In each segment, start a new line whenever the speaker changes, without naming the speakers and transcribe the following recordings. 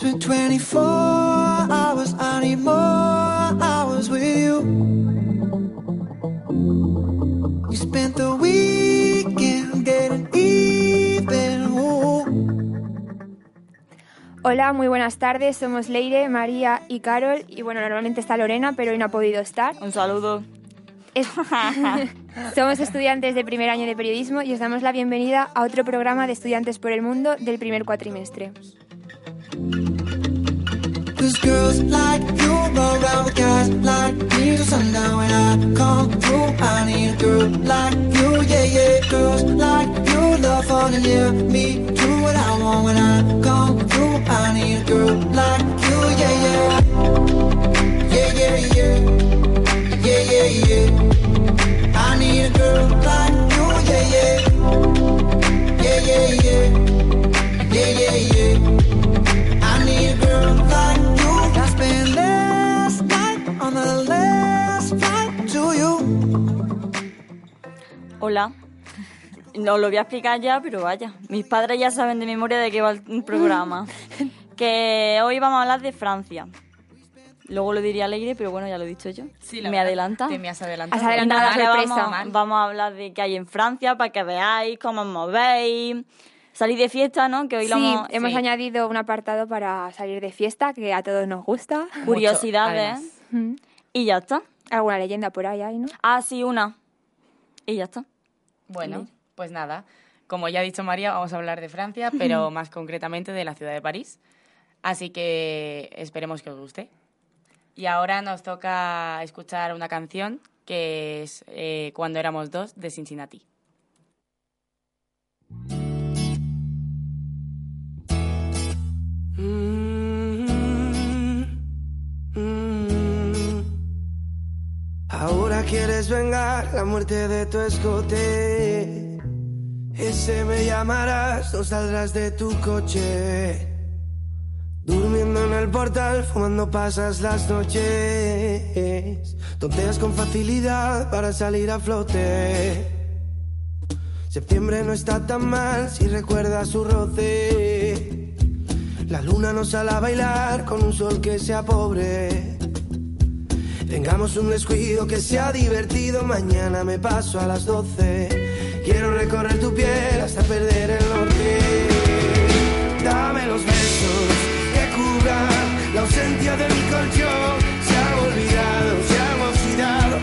24 hours, I need more hours with you. You spent the weekend getting even. Ooh.
Hola, muy buenas tardes. Somos Leire, María y Carol. Y bueno, normalmente está Lorena, pero hoy no ha podido estar.
Un saludo.
Es- Somos estudiantes de primer año de periodismo y os damos la bienvenida a otro programa de Estudiantes por el Mundo del primer cuatrimestre.
Cause girls like you go around with guys like me till sundown when I come through. I need a girl like you, yeah, yeah. Girls like you love falling near me. Do what I want when I come through. I need a girl like you, yeah, yeah. Yeah, yeah, yeah. Yeah, yeah, yeah. I need a girl like you, yeah, yeah. Yeah, yeah, yeah. Yeah, yeah, yeah. I need a girl like you. I spent last night on the last flight to you.
Hola. No lo voy a explicar ya, pero vaya. Mis padres ya saben de memoria de qué va el programa. que hoy vamos a hablar de Francia. Luego lo diría Leire, pero bueno, ya lo he dicho yo.
la
me
verdad,
adelanta.
Te me has adelantado.
Has adelantado
Nada,
la
que
sorpresa.
Vamos, vamos a hablar de qué hay en Francia para que veáis cómo os movéis. Salir de fiesta, ¿no? Que hoy
Sí,
lo hemos...
hemos
sí.
añadido un apartado para salir de fiesta que a todos nos gusta.
Mucho,
Curiosidades.
además.
Mm.
Y ya está.
Alguna leyenda por ahí hay, ¿no?
Ah, sí, una. Y ya está.
Bueno, pues nada. Como ya ha dicho María, vamos a hablar de Francia, pero más concretamente de la ciudad de París. Así que esperemos que os guste. Y ahora nos toca escuchar una canción que es eh, Cuando éramos dos de Cincinnati.
Eh,
Mm-hmm. Ahora quieres vengar la muerte de tu escote. Ese me llamarás, no saldrás de tu coche. Durmiendo en el portal, fumando pasas las noches. Tonteas con facilidad para salir a flote. Septiembre no está tan mal si recuerdas su roce. La luna nos sale a bailar con un sol que sea pobre. Tengamos un descuido que sea divertido. Mañana me paso a las 12. Quiero recorrer tu piel hasta perder el norte. Dame los besos que cubran la ausencia de mi colchón. Se han olvidado, se han oxidado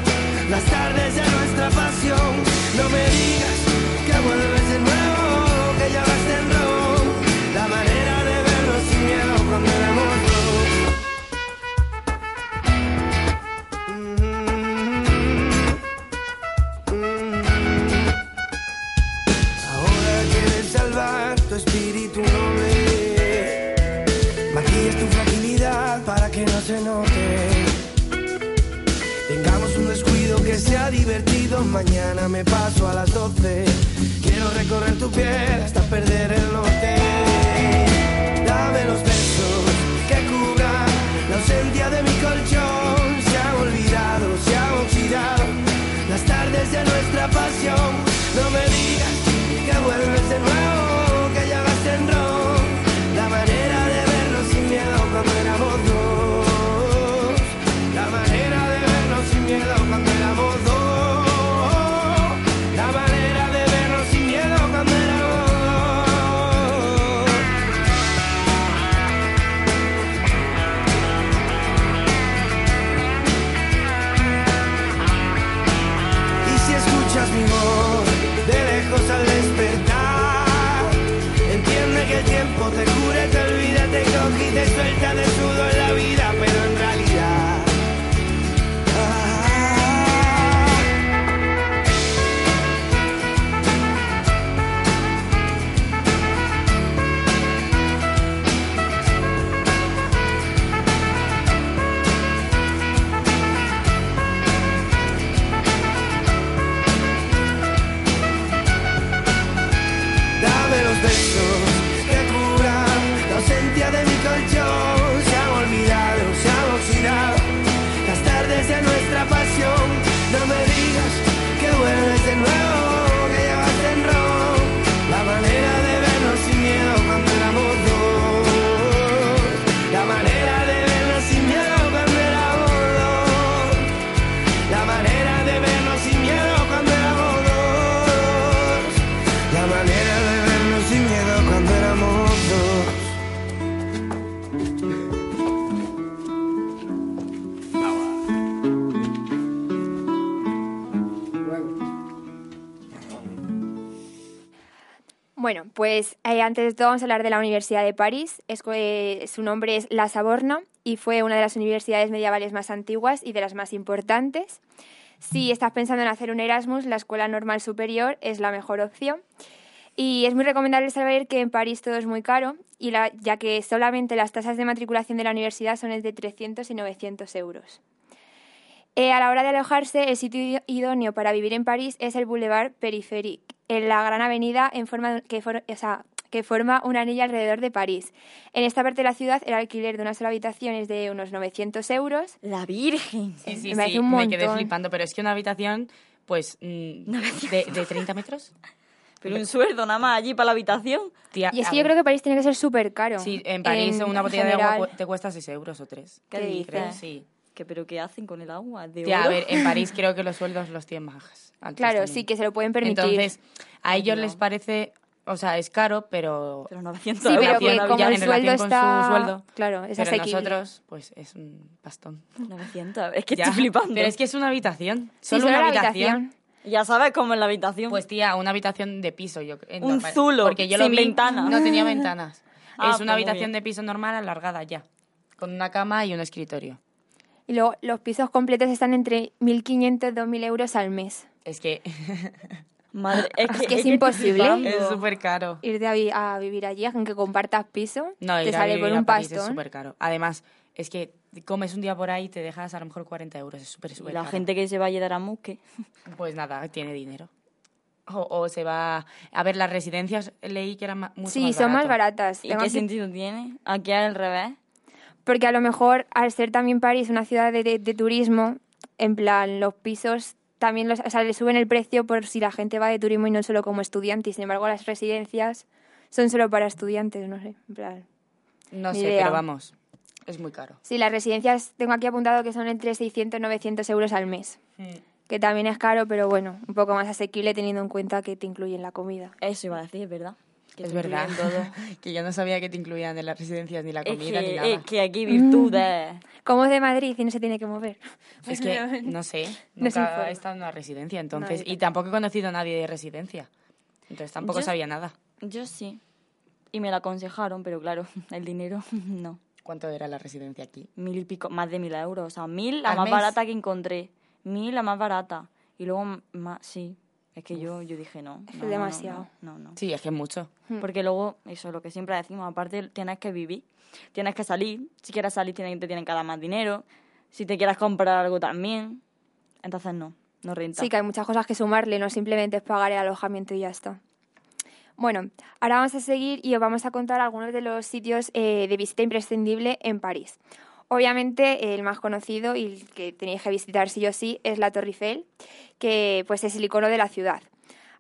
las tardes de nuestra pasión. No me digas que vuelves de nuevo, que ya vas de nuevo. La manera de vernos sin miedo cuando éramos dos. Ahora quieres salvar tu espíritu noble. Maquillas tu fragilidad para que no se note. Tengamos un descuido que sea divertido. Mañana me paso a las 12. Quiero recorrer tu piel hasta perder el norte. Dame los besos que cubran la ausencia de mi colchón. Se ha olvidado, se ha oxidado las tardes de nuestra pasión. No me digas que vuelves de nuevo, que ya vas en rock. La manera de vernos sin miedo cuando éramos dos. La manera de vernos sin miedo cuando éramos dos. La manera de vernos sin miedo cuando éramos dos. Y si escuchas mi voz de lejos al despertar, entiende que el tiempo te cura, te olvida, te coge y te suelta de sudo en la vida, pero en realidad. ah, Dame los besos que cubran la ausencia de mi colchón. Se han olvidado
Bueno, pues eh, antes de todo vamos a hablar de la Universidad de París. Es, eh, su nombre es La Saborna y fue una de las universidades medievales más antiguas y de las más importantes. Si estás pensando en hacer un Erasmus, la Escuela Normal Superior es la mejor opción. Y es muy recomendable saber que en París todo es muy caro, y la- ya que solamente las tasas de matriculación de la universidad son entre 300 y 900 euros. Eh, a la hora de alojarse, el sitio ido- idóneo para vivir en París es el Boulevard Périphérique, en la gran avenida en forma de- que, for- o sea, que forma un anillo alrededor de París. En esta parte de la ciudad, el alquiler de una sola habitación es de unos 900 euros.
La Virgen.
Sí, sí,
Me parece
sí,
un
me quedé
montón.
flipando, pero es que una habitación, pues, mm, de, de 30 metros.
Pero un sueldo nada más allí para la habitación.
Tía,
Y es
a
que yo
ver,
creo que París tiene que ser súper caro.
Sí, en París una botella de
general.
agua cu- te cuesta 6 euros o 3.
¿Qué dices?
Sí.
¿Qué, ¿Pero qué hacen con el agua? ¿De
Tía, a
oro?
ver, en París creo que los sueldos los tienen bajas. antes
Claro,
también.
sí, que se lo pueden permitir.
Entonces, a ellos
no.
les parece, o sea, es caro, pero...
Pero 900
Sí, pero
euros.
en
que
relación-
como
ya
el
en
sueldo
relación con su
está...
sueldo.
claro, es
Pero
asequible.
nosotros, pues, es un pastón.
900, es que
Ya.
estoy flipando.
Pero es que es una habitación.
Sí,
Solo una
la
habitación.
Ya sabes cómo es la habitación.
Pues tía, una habitación de piso. Yo, cre-
Un
normal.
zulo,
Porque yo lo
sin
vi,
ventana.
No tenía ventanas.
Ah,
es
pues
una
muy bien.
habitación de piso normal alargada ya. Con una cama y un escritorio.
Y luego los pisos completos están entre 1.500 y 2.000 euros al mes.
Es que
Madre,
ah,
es que,
Es que es
estoy
imposible.
flipando.
es súper caro.
Irte a, vi- a vivir allí, aunque compartas piso,
No,
te
ir a
sale
vivir
con
a
un
París Es
pastón.
súper caro. Además, es que comes un día por ahí y te dejas a lo mejor 40 euros. Es súper,
Y
súper
la
caro.
gente que se va a llevar a Musque.
Pues nada, tiene dinero. O, o se va... A ver, las residencias leí que eran ma- mucho
Sí,
más
son más
barato.
baratas.
¿Y
Tengo
qué
aquí-
sentido tiene? Aquí al revés.
Porque a lo mejor, al ser también París una ciudad de, de- de turismo, en plan, los pisos también los, o sea, le suben el precio por si la gente va de turismo y no solo como estudiante. Y sin embargo, las residencias son solo para estudiantes, no sé. En plan.
No
Ni
sé,
idea.
pero vamos, es muy caro.
Sí, las residencias tengo aquí apuntado que son entre 600 y 900 euros al mes. Que también es caro, pero bueno, un poco más asequible teniendo en cuenta que te incluyen la comida.
Eso iba a decir, es verdad. Que
Es
te
verdad,
incluyen todo.
que yo no sabía que te incluían en las residencias ni la
Es
comida Mm. ni nada.
que, es que aquí virtudes.
Como es de Madrid y no se tiene que mover.
Es que, no sé,
No se
nunca
informa.
he estado en una residencia, entonces,
Nadie.
y tampoco he conocido a nadie de residencia. Entonces tampoco
Yo-
sabía nada.
Yo sí. Y me la aconsejaron, pero claro, el dinero no.
¿Cuánto era la residencia aquí?
Mil y pico, más de mil euros. O sea, mil la
¿Al
más
mes?
barata que encontré. Mil la más barata. Y luego más, sí. Es que yo, yo dije no.
Es
no, no, no,
demasiado.
No, no. no.
Sí, es que es mucho.
Porque luego, eso es lo que siempre decimos, aparte tienes que vivir, tienes que salir, si quieres salir tienen- te tienen que dar más dinero, si te quieres comprar algo también, entonces no, no renta.
Sí, que hay muchas cosas que sumarle, no simplemente es pagar el alojamiento y ya está. Bueno, ahora vamos a seguir y os vamos a contar algunos de los sitios eh, de visita imprescindible en París. Obviamente, el más conocido y el que tenéis que visitar sí o sí es la Torre Eiffel, que pues es el icono de la ciudad.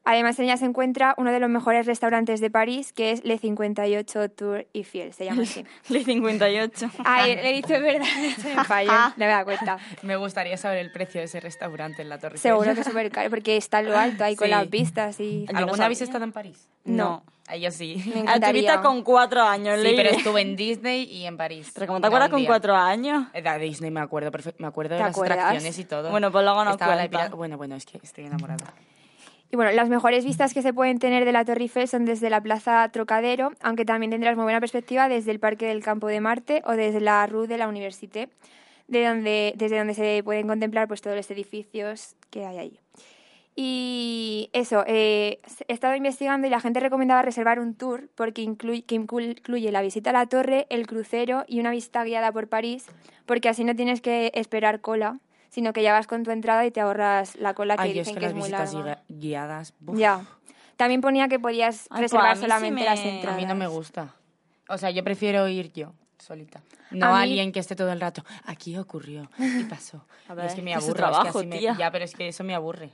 Además, en ella se encuentra uno de los mejores restaurantes de París, que es Le 58 Tour Eiffel, se llama así.
Ley 58.
Ay, le he dicho es verdad, le he dicho en falla, no me da cuenta.
Me gustaría saber el precio de ese restaurante en la Torre Eiffel.
Seguro que es súper caro, porque está en lo alto, ahí con
Sí.
las vistas y...
Yo no
¿Alguna vez
sabía.
has estado en París?
No.
Ahí yo sí.
Me
Sí,
encantaría.
Activista con cuatro años, Leire.
pero estuve en Disney y en París.
Pero como te acuerdas con
cuatro
cuatro años.
Eh, De Disney me acuerdo, perfecto, me acuerdo de
¿Te
las
acuerdas?
atracciones y todo.
Bueno, pues luego nos
Estaba la de
cuenta.
pirata- Bueno, bueno, es que estoy enamorada.
Y bueno, las mejores vistas que se pueden tener de la Torre Eiffel son desde la Plaza Trocadero, aunque también tendrás muy buena perspectiva desde el Parque del Campo de Marte o desde la Rue de la Université, de donde, desde donde se pueden contemplar pues, todos los edificios que hay ahí. Y eso, eh, he estado investigando y la gente recomendaba reservar un tour porque incluye, que incul- incluye la visita a la torre, el crucero y una visita guiada por París, porque así no tienes que esperar cola, sino que ya vas con tu entrada y te ahorras la cola que
Ay, yo es
dicen
que
que,
las
es muy
visitas
larga.
guia- guiadas. buf,
Ya. También ponía que podías
Ay, pues a
reservar
mí sí
solamente
me-
las
a mí no
entradas.
A mí no me gusta. O sea, yo prefiero ir yo, solita. No
A mí-
alguien que esté todo el rato. Aquí ocurrió y pasó.
A
Y
ver,
es que me
es su
aburro.
trabajo,
es que así me-
tía.
Ya, pero es que eso me aburre.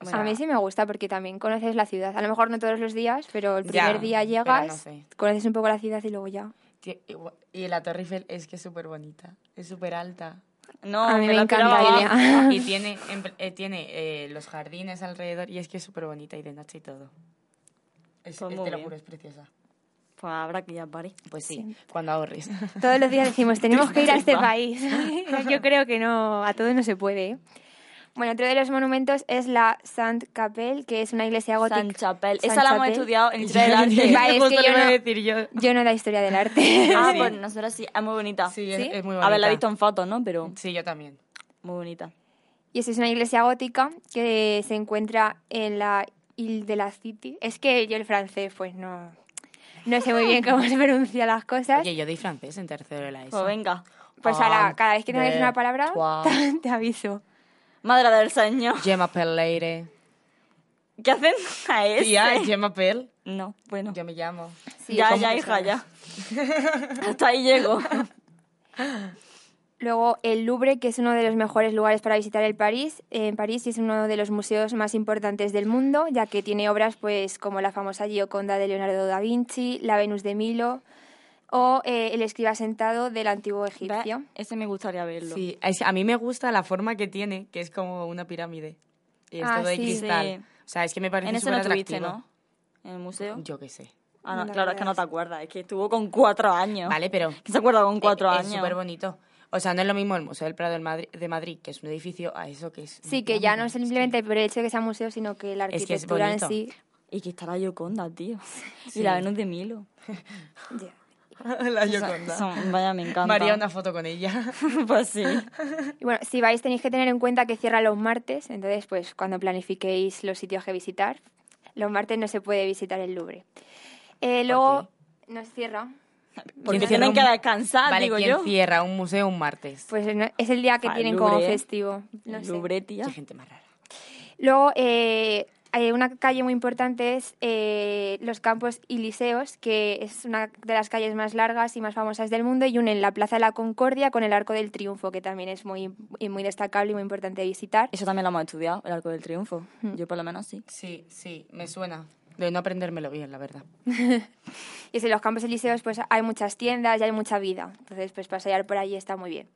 O sea,
A mí sí me gusta porque también conoces la ciudad. A lo mejor no todos los días, pero el
Ya,
primer día
pero
llegas,
no sé.
conoces un poco la ciudad y luego ya.
que igual- Y la Torre Eiffel es que es súper bonita. Es súper alta.
No,
A mí me
la
encanta,
esperaba.
Irene.
Y tiene, en pl- eh, tiene eh, los jardines alrededor y es que es súper bonita y de noche y todo. Es,
Pues
es-
muy
te lo
bien.
juro, es preciosa.
Pues habrá que ir a París.
Pues sí, cuando ahorres.
Todos los días decimos, tenemos que ir a este
Tripa.
país. Yo creo que no, a todos no se puede. ¿eh? Bueno, otro de los monumentos es la Sainte Capelle, que es una iglesia gótica.
San Chapel.
San
Esa la hemos
Chapelle.
estudiado en historia del arte.
Vale, es que
Justo
yo
lo iba a
no-
decir yo.
Yo no da historia del arte.
Ah, pues nosotros sí, es muy bonita.
Sí, es,
¿Sí?
es muy bonita.
A ver, la he visto en fotos, ¿no? Pero
Sí, yo también.
muy bonita.
Y esa es una iglesia gótica que se encuentra en la Ile de la City. Es que yo el francés, pues no. No sé muy bien cómo se pronuncian las cosas.
Oye, yo di francés en tercero de la ESO.
Pues venga.
pues a la,
Ah,
cada vez que tengas
de-
una palabra,
Guau.
te aviso.
Madre del Señor.
Gemma Pell Leire.
¿Qué hacen a ese?
Tía, Gemma Pell.
No, bueno.
Yo me llamo.
Sí,
ya,
¿cómo
ya,
que
hija,
sabes?
ya. Hasta ahí llego.
Luego el Louvre, que es uno de los mejores lugares para visitar el París, en París y es uno de los museos más importantes del mundo, ya que tiene obras pues como la famosa Gioconda de Leonardo da Vinci, la Venus de Milo o eh, el escriba sentado del antiguo egipcio.
Ve, Ese me gustaría verlo.
Sí, es- a mí me gusta la forma que tiene, que es como una pirámide. Y es
Ah,
todo de
sí.
cristal.
Sí.
O sea, es que me parece
En ese no tuviste,
superatractivo.
¿no? En el museo.
Yo qué sé.
Ah, no,
No,
claro,
la
es que no
verdad.
te acuerdas. Es que estuvo con cuatro años.
Vale, pero...
¿Quién se acuerda con cuatro
es- Es
años?
súper bonito. O sea, no es lo mismo el Museo del Prado del Madri- de Madrid, que es un edificio, a eso que es... una
Sí, que ya no
pirámide.
es simplemente por el hecho de que sea museo, sino que la
Es que es
arquitectura
bonito.
en sí.
Y que está la Yoconda, tío. Y la Venus de Milo.
ya.
la
Esa-
Gioconda.
son- vaya, me encanta.
María, una foto con ella.
pues sí.
Y bueno, si vais tenéis que tener en cuenta que cierra los martes, entonces pues cuando planifiquéis los sitios que visitar, los martes no se puede visitar el Louvre. Eh, luego nos cierra.
Porque
cierra
tienen
un-
que descansar,
vale,
digo
¿quién
yo.
cierra un museo un martes?
Pues no- es el día que
Al
tienen
Louvre,
como
¿eh?
festivo. no sé.
Louvre, tía.
Qué gente más rara.
Luego, eh, hay una calle muy importante es eh, los Campos Elíseos, que es una de las calles más largas y más famosas del mundo y unen la Plaza de la Concordia con el Arco del Triunfo, que también es muy, y muy destacable y muy importante visitar.
Eso también lo hemos estudiado, el Arco del Triunfo.
Hmm.
Yo por lo menos sí.
Sí, sí, me suena. De no aprendérmelo bien, la verdad.
Y es en los Campos Elíseos pues hay muchas tiendas y hay mucha vida. Entonces, pues pasear por allí está muy bien.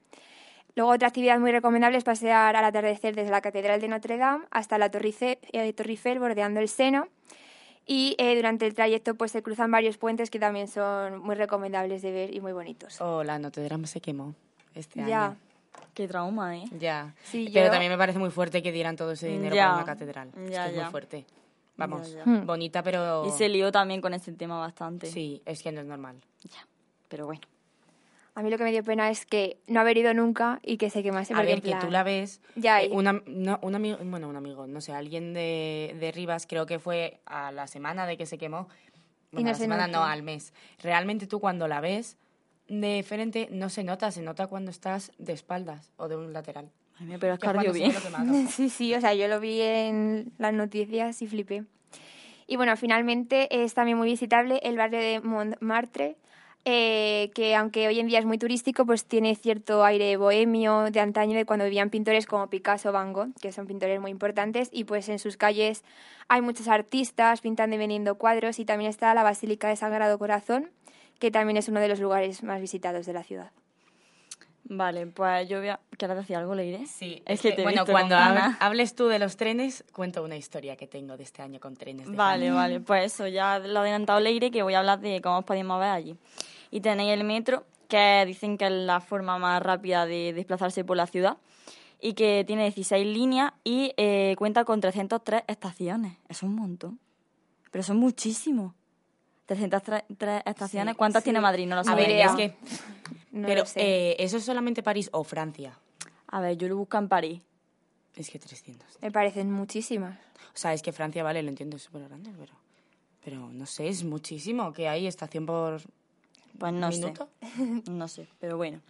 Luego otra actividad muy recomendable es pasear al atardecer desde la Catedral de Notre Dame hasta la Torre Eiffel, eh, Torre Eiffel, bordeando el Sena. Y eh, durante el trayecto pues se cruzan varios puentes que también son muy recomendables de ver y muy bonitos.
Oh, la Notre Dame se quemó este
Ya.
año.
Qué trauma, ¿eh?
Ya.
Sí,
Pero
yo-
también me parece muy fuerte que dieran todo ese dinero
Ya.
para una catedral. es
Ya,
que es
ya.
muy fuerte. Vamos,
Ya, ya.
Hmm.
bonita, pero.
Y se lió también con ese tema bastante.
Sí, es que no es normal.
Ya. Pero bueno.
A mí lo que me dio pena es que no haber ido nunca y que se quemase.
A
porque
ver,
en
que tú
plan-
la ves.
Ya,
eh,
y-
una- no, un amigo, bueno, un amigo, no sé, alguien de, de Rivas, creo que fue a la semana de que se quemó.
Y
Bueno,
no
a la
se
semana no,
nota.
al mes. Realmente tú cuando la ves de frente no se nota, se nota cuando estás de espaldas o de un lateral.
Ay, mía, pero es
Que es
cardio
cuando se
bien.
ve lo quemado.
Sí, sí, o sea, yo lo vi en las noticias y flipé. Y bueno, finalmente es también muy visitable el barrio de Montmartre, eh, que aunque hoy en día es muy turístico, pues tiene cierto aire bohemio de antaño, de cuando vivían pintores como Picasso Van Gogh, que son pintores muy importantes, y pues en sus calles hay muchos artistas pintando y vendiendo cuadros, y también está la Basílica de Sagrado Corazón, que también es uno de los lugares más visitados de la ciudad.
Vale, pues yo voy a... ¿Quieres decir algo, Leire?
Sí,
Es que te he
bueno,
visto
cuando
con
hab-
ganas.
hables tú de los trenes, cuento una historia que tengo de este año con trenes. de
Vale,
Francia.
vale, pues eso, ya lo ha adelantado Leire que voy a hablar de cómo os podéis mover allí. Y tenéis el metro, que dicen que es la forma más rápida de desplazarse por la ciudad y que tiene 16 líneas y eh, cuenta con 303 estaciones. Es un montón, pero son muchísimos. 303 estaciones,
Sí,
¿cuántas
sí.
tiene Madrid? No lo
A ver,
sabía.
es que,
No
pero
lo sé.
eh, eso es solamente París o Francia.
A ver, yo lo busco en París.
Es que 300.
Me parecen muchísimas.
O sea, es que Francia, vale, lo entiendo, es súper grande, pero, pero no sé, es muchísimo que hay estación por
Pues no
minuto.
sé. No sé, pero bueno.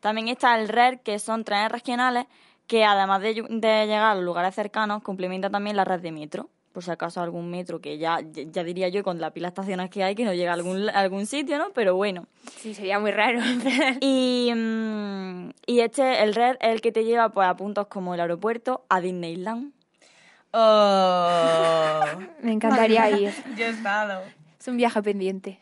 También está el RER, que son trenes regionales que además de, llu- de llegar a los lugares cercanos, complementa también la red de metro. Por si acaso algún metro que ya, ya ya diría yo con la pila de estaciones que hay que no llega a algún, a algún sitio, ¿no? Pero bueno.
Sí, sería muy raro.
Y, mm, y este, el RER, es el que te lleva pues, a puntos como el aeropuerto, a Disneyland.
Oh,
Me encantaría ir.
yo he estado.
Es un viaje pendiente.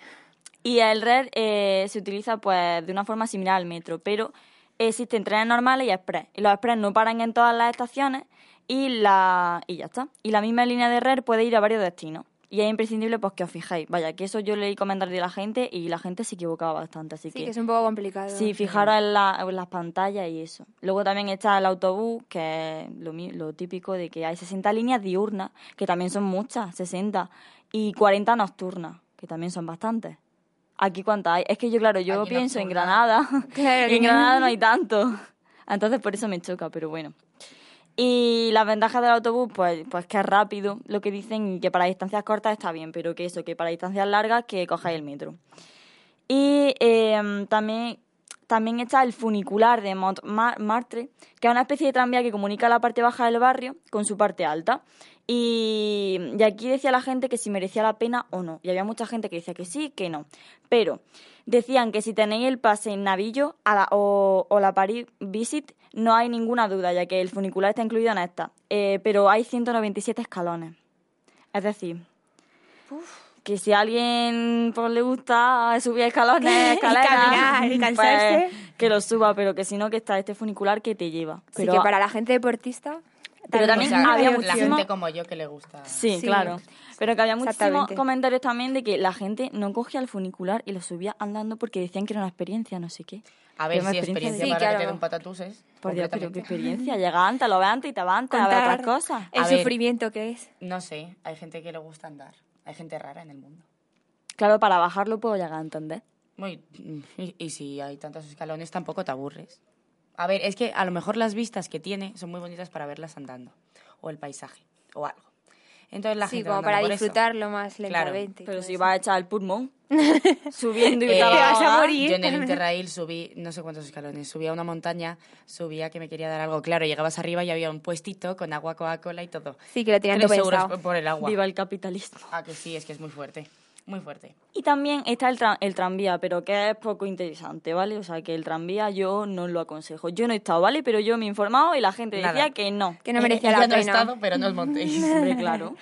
Y el RER eh, se utiliza pues de una forma similar al metro, pero existen trenes normales y express. Y los express no paran en todas las estaciones y la y ya está. Y la misma línea de RER puede ir a varios destinos. Y es imprescindible pues que os fijéis. Vaya, que eso yo leí comentarios de la gente y la gente se equivocaba bastante, así
Sí, que es un poco complicado.
Sí, fijaros en, la- en las pantallas y eso. Luego también está el autobús, que es lo, mi- lo típico de que hay 60 líneas diurnas, que también son muchas, 60, y 40 nocturnas, que también son bastantes. ¿Aquí cuántas hay? Es que yo, claro, yo
Aquí
pienso en
nocturna.
Granada,
Claro.
y en Granada no hay tanto. Entonces por eso me choca, pero bueno. Y las ventajas del autobús, pues, pues que es rápido, lo que dicen, y que para distancias cortas está bien, pero que eso, que para distancias largas que cojáis el metro. Y eh, también, también está el funicular de Montmartre, que es una especie de tranvía que comunica la parte baja del barrio con su parte alta. Y, y aquí decía la gente que si merecía la pena o no. Y había mucha gente que decía que sí, que no. Pero decían que si tenéis el pase en Navillo a la- o, o la Paris Visit, no hay ninguna duda, ya que el funicular está incluido en esta. Eh, pero hay 197 escalones. Es decir, que si a alguien pues, le gusta subir escalones,
Y
escaleras,
caminar, y cansarse.
pues, que lo suba, pero que si no, que está este funicular que te lleva.
Sí,
Pero
que para la gente deportista.
Pero también
es una
había
opción.
la
muchísimo-
gente como yo que le gusta.
Sí,
Sí.
claro. Pero que había muchísimos
Exactamente.
comentarios también de que la gente no cogía el funicular y lo subía andando porque decían que era una experiencia, no sé qué.
A ver
Era una
si experiencia
de-
Sí,
para
claro.
que te den patatús es.
Por Dios, pero
completamente.
qué experiencia. Llega antes, lo ve antes y te va antes a ver
Contar
otras cosas.
El
A ver.
sufrimiento que es.
No sé, hay gente que le gusta andar. Hay gente rara en el mundo.
Claro, para bajarlo puedo llegar a entender.
Muy, y, y si hay tantos escalones, tampoco te aburres. A ver, es que a lo mejor las vistas que tiene son muy bonitas para verlas andando. O el paisaje, o algo. Entonces la
sí,
gente
como
va
para
andando por eso.
disfrutarlo más lentamente. y
Pero
todo
si
eso.
va a echar el pulmón subiendo y
Eh,
te va
vas a
ahogar.
morir.
Yo en el Interrail subí no sé cuántos escalones, subí a una montaña, subía que me quería dar algo. Claro, llegabas arriba y había un puestito con agua Coca-Cola y todo.
Sí, que lo tenían todo
Tres euros pues,
pensado.
por- por el agua.
Viva el capitalismo.
Ah, que sí, es que es muy fuerte, muy fuerte.
Y también está el, tra- el tranvía, pero que es poco interesante, ¿vale? O sea, que el tranvía yo no lo aconsejo. Yo no he estado, ¿vale? Pero yo me he informado y la gente
Nada.
decía que no.
Que no
Eh,
merecía
ya
la
no he
pena.
estado, pero no os montéis.
Hombre, claro.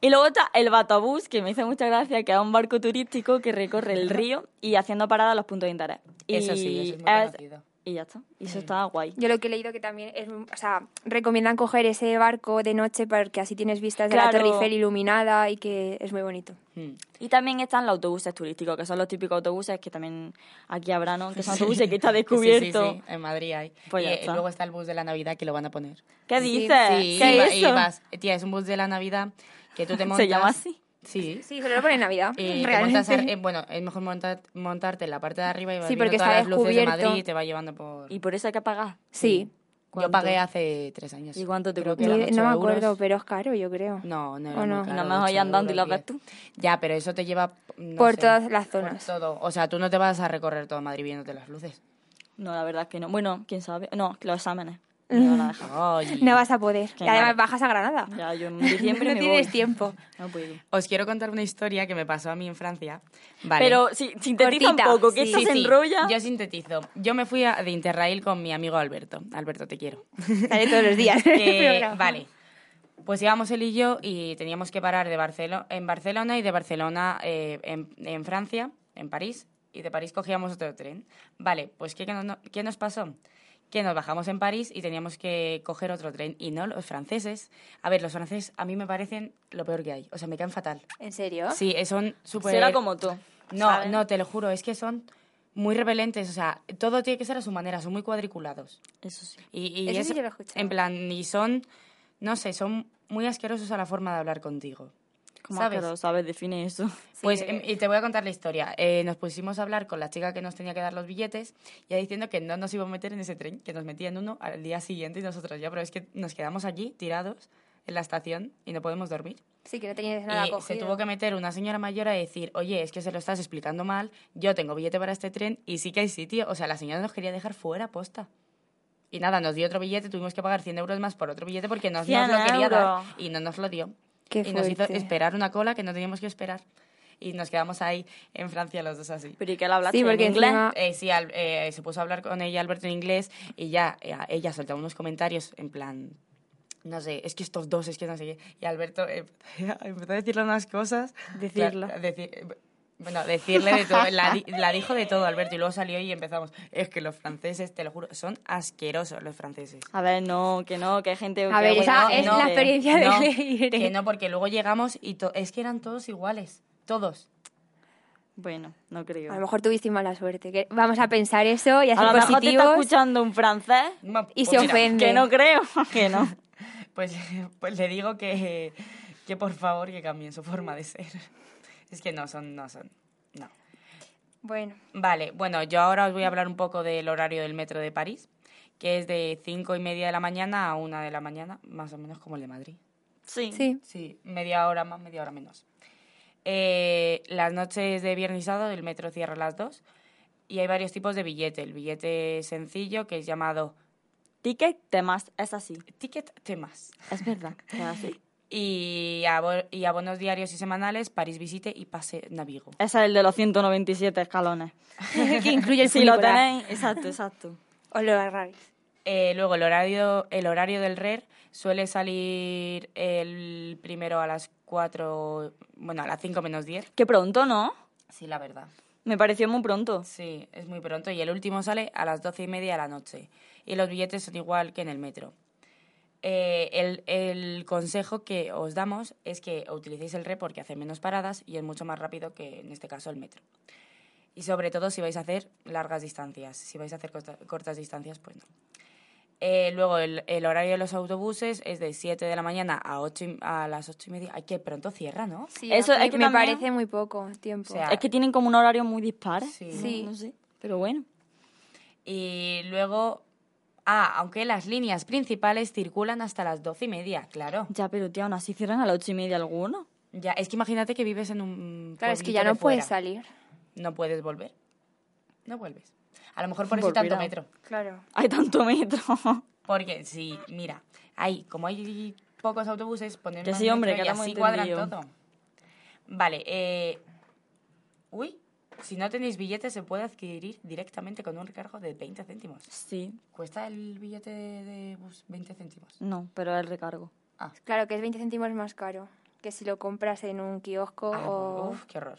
Y luego está el batabús, que me hizo mucha gracia, que es un barco turístico que recorre el río y haciendo parada a los puntos de interés. Y
Eso sí, eso es muy conocido.
Y ya está. Y eso está guay.
Yo lo que he leído que también es, o sea, recomiendan coger ese barco de noche porque así tienes vistas de la
Claro.
Torre Eiffel iluminada y que es muy bonito.
Mm.
Y también están los autobuses turísticos, que son los típicos autobuses que también aquí habrá, ¿no? Que son autobuses que está
Sí, sí,
descubierto.
sí, en Madrid hay.
Pues
y
ya
eh,
está.
luego está el bus de la Navidad que lo van a poner.
¿Qué
Sí,
dices?
Sí,
¿Qué
y va-
es
y
eso?
vas- eh, tía, es un bus de la Navidad que tú te montas.
¿Se llama así?
Sí.
Sí, solo lo pone en Navidad.
Eh, te
realmente.
montas ar- eh, bueno, es mejor montar- montarte en la parte de arriba y vas
Sí,
viendo
porque
todas
está
las luces de
descubierto.
Madrid y te va llevando por...
Y por eso hay que pagar.
Sí.
Yo
¿Cuánto?
pagué hace tres años.
¿Y cuánto te
Creo que
costó?
Ni-
eran
no me
ocho euros.
acuerdo, pero es caro, yo creo.
No, no
¿O
era
no?
muy
Y
caro,
nada más
ocho
ahí andando y
euros,
lo ves
diez.
tú.
Ya, pero eso te lleva... no
Por
sé,
todas las
por
zonas.
todo. O sea, tú no te vas a recorrer todo Madrid viéndote las luces.
No, la verdad es que no. Bueno, quién sabe. No, los exámenes. Me van a dejar.
Ay.
No vas a poder.
Qué
Y además
mal.
bajas a Granada.
Ya, yo en diciembre
no
me
tienes
voy.
tiempo.
No puedo.
Os quiero contar una historia que me pasó a mí en Francia. Vale.
Pero sí, sintetiza
Cortita,
un poco, que
sí.
esto
Sí,
se
sí,
enrolla.
Yo sintetizo. Yo me fui a- de Interrail con mi amigo Alberto. Alberto, te quiero.
Sale todos los días.
Eh,
Programa.
vale. Pues íbamos él y yo y teníamos que parar de Barcelo- en Barcelona y de Barcelona eh, en, en Francia, en París, y de París cogíamos otro tren. Vale, pues ¿qué, no- no- qué nos pasó? Que nos bajamos en París y teníamos que coger otro tren. Y no, los franceses. A ver, los franceses a mí me parecen lo peor que hay. O sea, me caen fatal.
¿En serio?
Sí, eh, son
Pues,
súper...
¿Ah? Será como tú.
No,
¿sabes?
no, te lo juro, es que son muy repelentes. O sea, todo tiene que ser a su manera, son muy cuadriculados.
Eso sí.
Y, y
Eso sí
eso-
yo lo he escuchado.
En plan, y son, no sé, son muy asquerosos a la forma de hablar contigo.
Como
¿Sabes?
asqueroso, ¿sabes? Define eso.
Pues,
que-
em, y te voy a contar la historia. Eh, nos pusimos a hablar con la chica que nos tenía que dar los billetes, ya diciendo que no nos iba a meter en ese tren, que nos metía en uno al día siguiente y nosotros ya, pero es que nos quedamos allí tirados en la estación y no podemos dormir.
Sí, que no tenías nada
Y
cogido.
se tuvo que meter una señora mayor a decir, oye, es que se lo estás explicando mal, yo tengo billete para este tren y sí que hay sitio. O sea, la señora nos quería dejar fuera, posta. Y nada, nos dio otro billete, tuvimos que pagar 100 euros más por otro billete porque no nos
100
lo quería dar
euros.
y no nos lo dio.
Qué
y nos hizo
fuerte.
esperar una cola que no teníamos que esperar. Y nos quedamos ahí en Francia los dos así.
Pero ¿y qué le hablaste?
Sí,
en
porque
inglés?
encima-
Eh, sí, al- eh, se puso a hablar con ella Alberto en inglés y ya eh, ella soltaba unos comentarios en plan, no sé, es que estos dos, es que no sé qué. Y Alberto eh, empezó a decirle unas cosas.
Decirlo.
Claro, deci- Bueno, decirle de todo. La, di- la dijo de todo, Alberto, y luego salió y empezamos. Es que los franceses, te lo juro, son asquerosos los franceses.
A ver, no, que no, que hay gente...
A
que
ver, esa
que
es
no,
la
que-
experiencia. Ya
no,
de
que no, porque luego llegamos y to- es que eran todos iguales. Todos.
Bueno, no creo.
A lo mejor tuviste mala suerte. que vamos a pensar eso y a
A
ser
lo mejor te está
positivos.
escuchando un francés
Y
Pues
se
mira,
ofende.
que no creo que no.
Pues, pues le digo que, que por favor que cambien su forma de ser. Es que no son, no son. No.
Bueno,
Vale, bueno, yo ahora os voy a hablar un poco del horario del metro de París, que es de cinco y media de la mañana a una de la mañana, más o menos como el de Madrid.
Sí.
sí.
Sí, media hora más, media hora menos. Eh, las noches de viernes y sábado el metro cierra a las dos y hay varios tipos de billete. El billete sencillo, que es llamado
Ticket temas, es así.
ticket temas.
Es verdad, es así.
Y, abo- y abonos diarios y semanales, París Visite y Pase Navigo.
Ese es el de los 197 escalones.
que incluye el
Si lo
funicular.
tenéis, exacto, exacto.
Os lo agarráis.
Eh, luego, el horario, el horario del RER suele salir el primero a las 4, bueno, a las 5 menos 10.
Que pronto, ¿no?
Sí, la verdad.
Me pareció muy pronto.
Sí, es muy pronto. Y el último sale a las 12 y media de la noche. Y los billetes son igual que en el metro. Eh, el, el consejo que os damos es que utilicéis el RER porque hace menos paradas y es mucho más rápido que, en este caso, el metro. Y sobre todo si vais a hacer largas distancias. Si vais a hacer corta- cortas distancias, pues no. Eh, luego, el, el horario de los autobuses es de 7 de la mañana a, 8 y- a las 8 y media. Ay, que pronto cierra, ¿no?
Sí,
Eso
me,
es que
me
también-
parece muy poco tiempo.
O sea,
Es que tienen como un horario muy dispar. ¿eh?
Sí.
Sí.
No, sé, pero bueno.
Y luego, ah, aunque las líneas principales circulan hasta las doce y media, claro.
Ya, pero tía, aún así cierran a las ocho y media alguno.
Ya, es que imagínate que vives en un.
claro, es que
pueblito
ya
de
no puedes
fuera.
salir.
No puedes volver. No vuelves. A lo mejor por eso tanto
Volverá.
metro.
Claro.
Hay tanto metro.
Porque sí, mira, ahí, como hay pocos autobuses, ponen
Que
más
sí, hombre,
metro
que
y
ahora hemos
así cuadran
entendido.
todo. Vale, eh, uy, si no tenéis billetes se puede adquirir directamente con un recargo de 20 céntimos.
Sí,
¿Cuesta el billete de bus 20 céntimos?
no, pero el recargo.
Ah.
Claro que es 20 céntimos más caro que si lo compras en un kiosco
Ah,
o...
Uf, qué horror.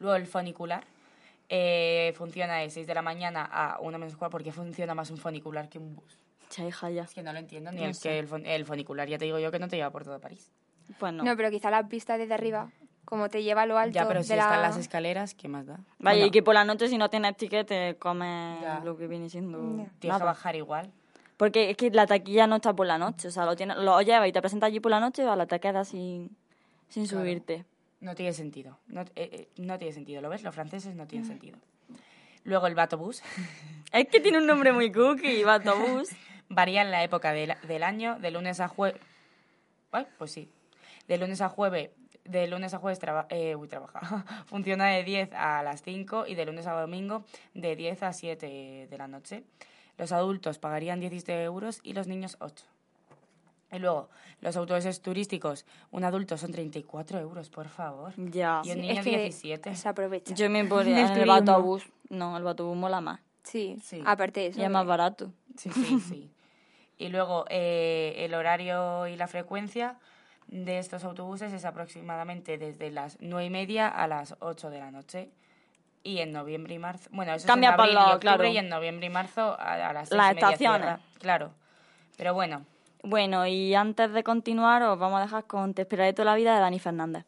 Luego el funicular. eh, funciona de 6 de la mañana a 1 menos cuarto. ¿Por qué funciona más un funicular que un bus?
Cha, hija, ya.
Es que no lo entiendo. Ni
No
el,
sé.
que el, fun- el funicular, ya te digo yo, que no te lleva por toda París.
Pues no.
No, pero quizá la pista desde arriba, como te lleva a lo alto
ya, pero
de
si
la...
están las escaleras, ¿qué más da?
Vaya,
Bueno,
y que por la noche si no tienes ticket te comes
Ya.
lo que viene siendo
Ya.
Tienes que
nada.
bajar igual.
Porque es que la taquilla no está por la noche, o sea, lo, tienes, lo llevas y te presentas allí por la noche y la te quedas sin, sin
Claro.
subirte.
No tiene sentido. No, eh, eh, no tiene sentido. ¿Lo ves? Los franceses no tienen sentido. Luego el batobús.
Es que tiene un nombre muy cookie, Batobús.
Varía en la época del, del año, de lunes a jueves. pues sí. De lunes a jueves, de lunes a jueves traba- eh, uy, trabaja. Funciona de 10 a las 5 y de lunes a domingo de 10 a 7 de la noche. Los adultos pagarían 17 euros y los niños 8. Y luego, los autobuses turísticos, un adulto son 34 euros, por favor.
ya.
Y un
Sí,
niño
es que
17.
Se aprovecha.
Yo me pondría
Del
en el
turismo.
Batobús. No, el Batobús mola más.
Sí.
Sí.
aparte de eso.
Y es más barato.
Sí, sí, sí. Y luego eh, el horario y la frecuencia de estos autobuses es aproximadamente desde las nueve y media a las 8 de la noche. Y en noviembre y marzo. Bueno, eso
Cambia
es en
por
abril
lo-
y octubre,
claro.
y en noviembre y marzo a, a las seis
Las
y media
estaciones.
cierra. Claro. Pero bueno,
Bueno, y antes de continuar os vamos a dejar con Te esperaré toda la vida de Dani Fernández.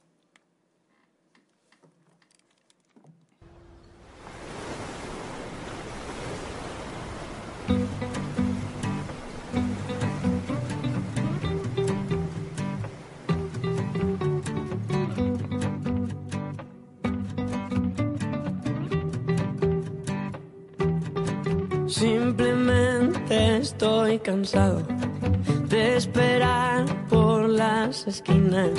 Simplemente estoy cansado de esperar por las esquinas.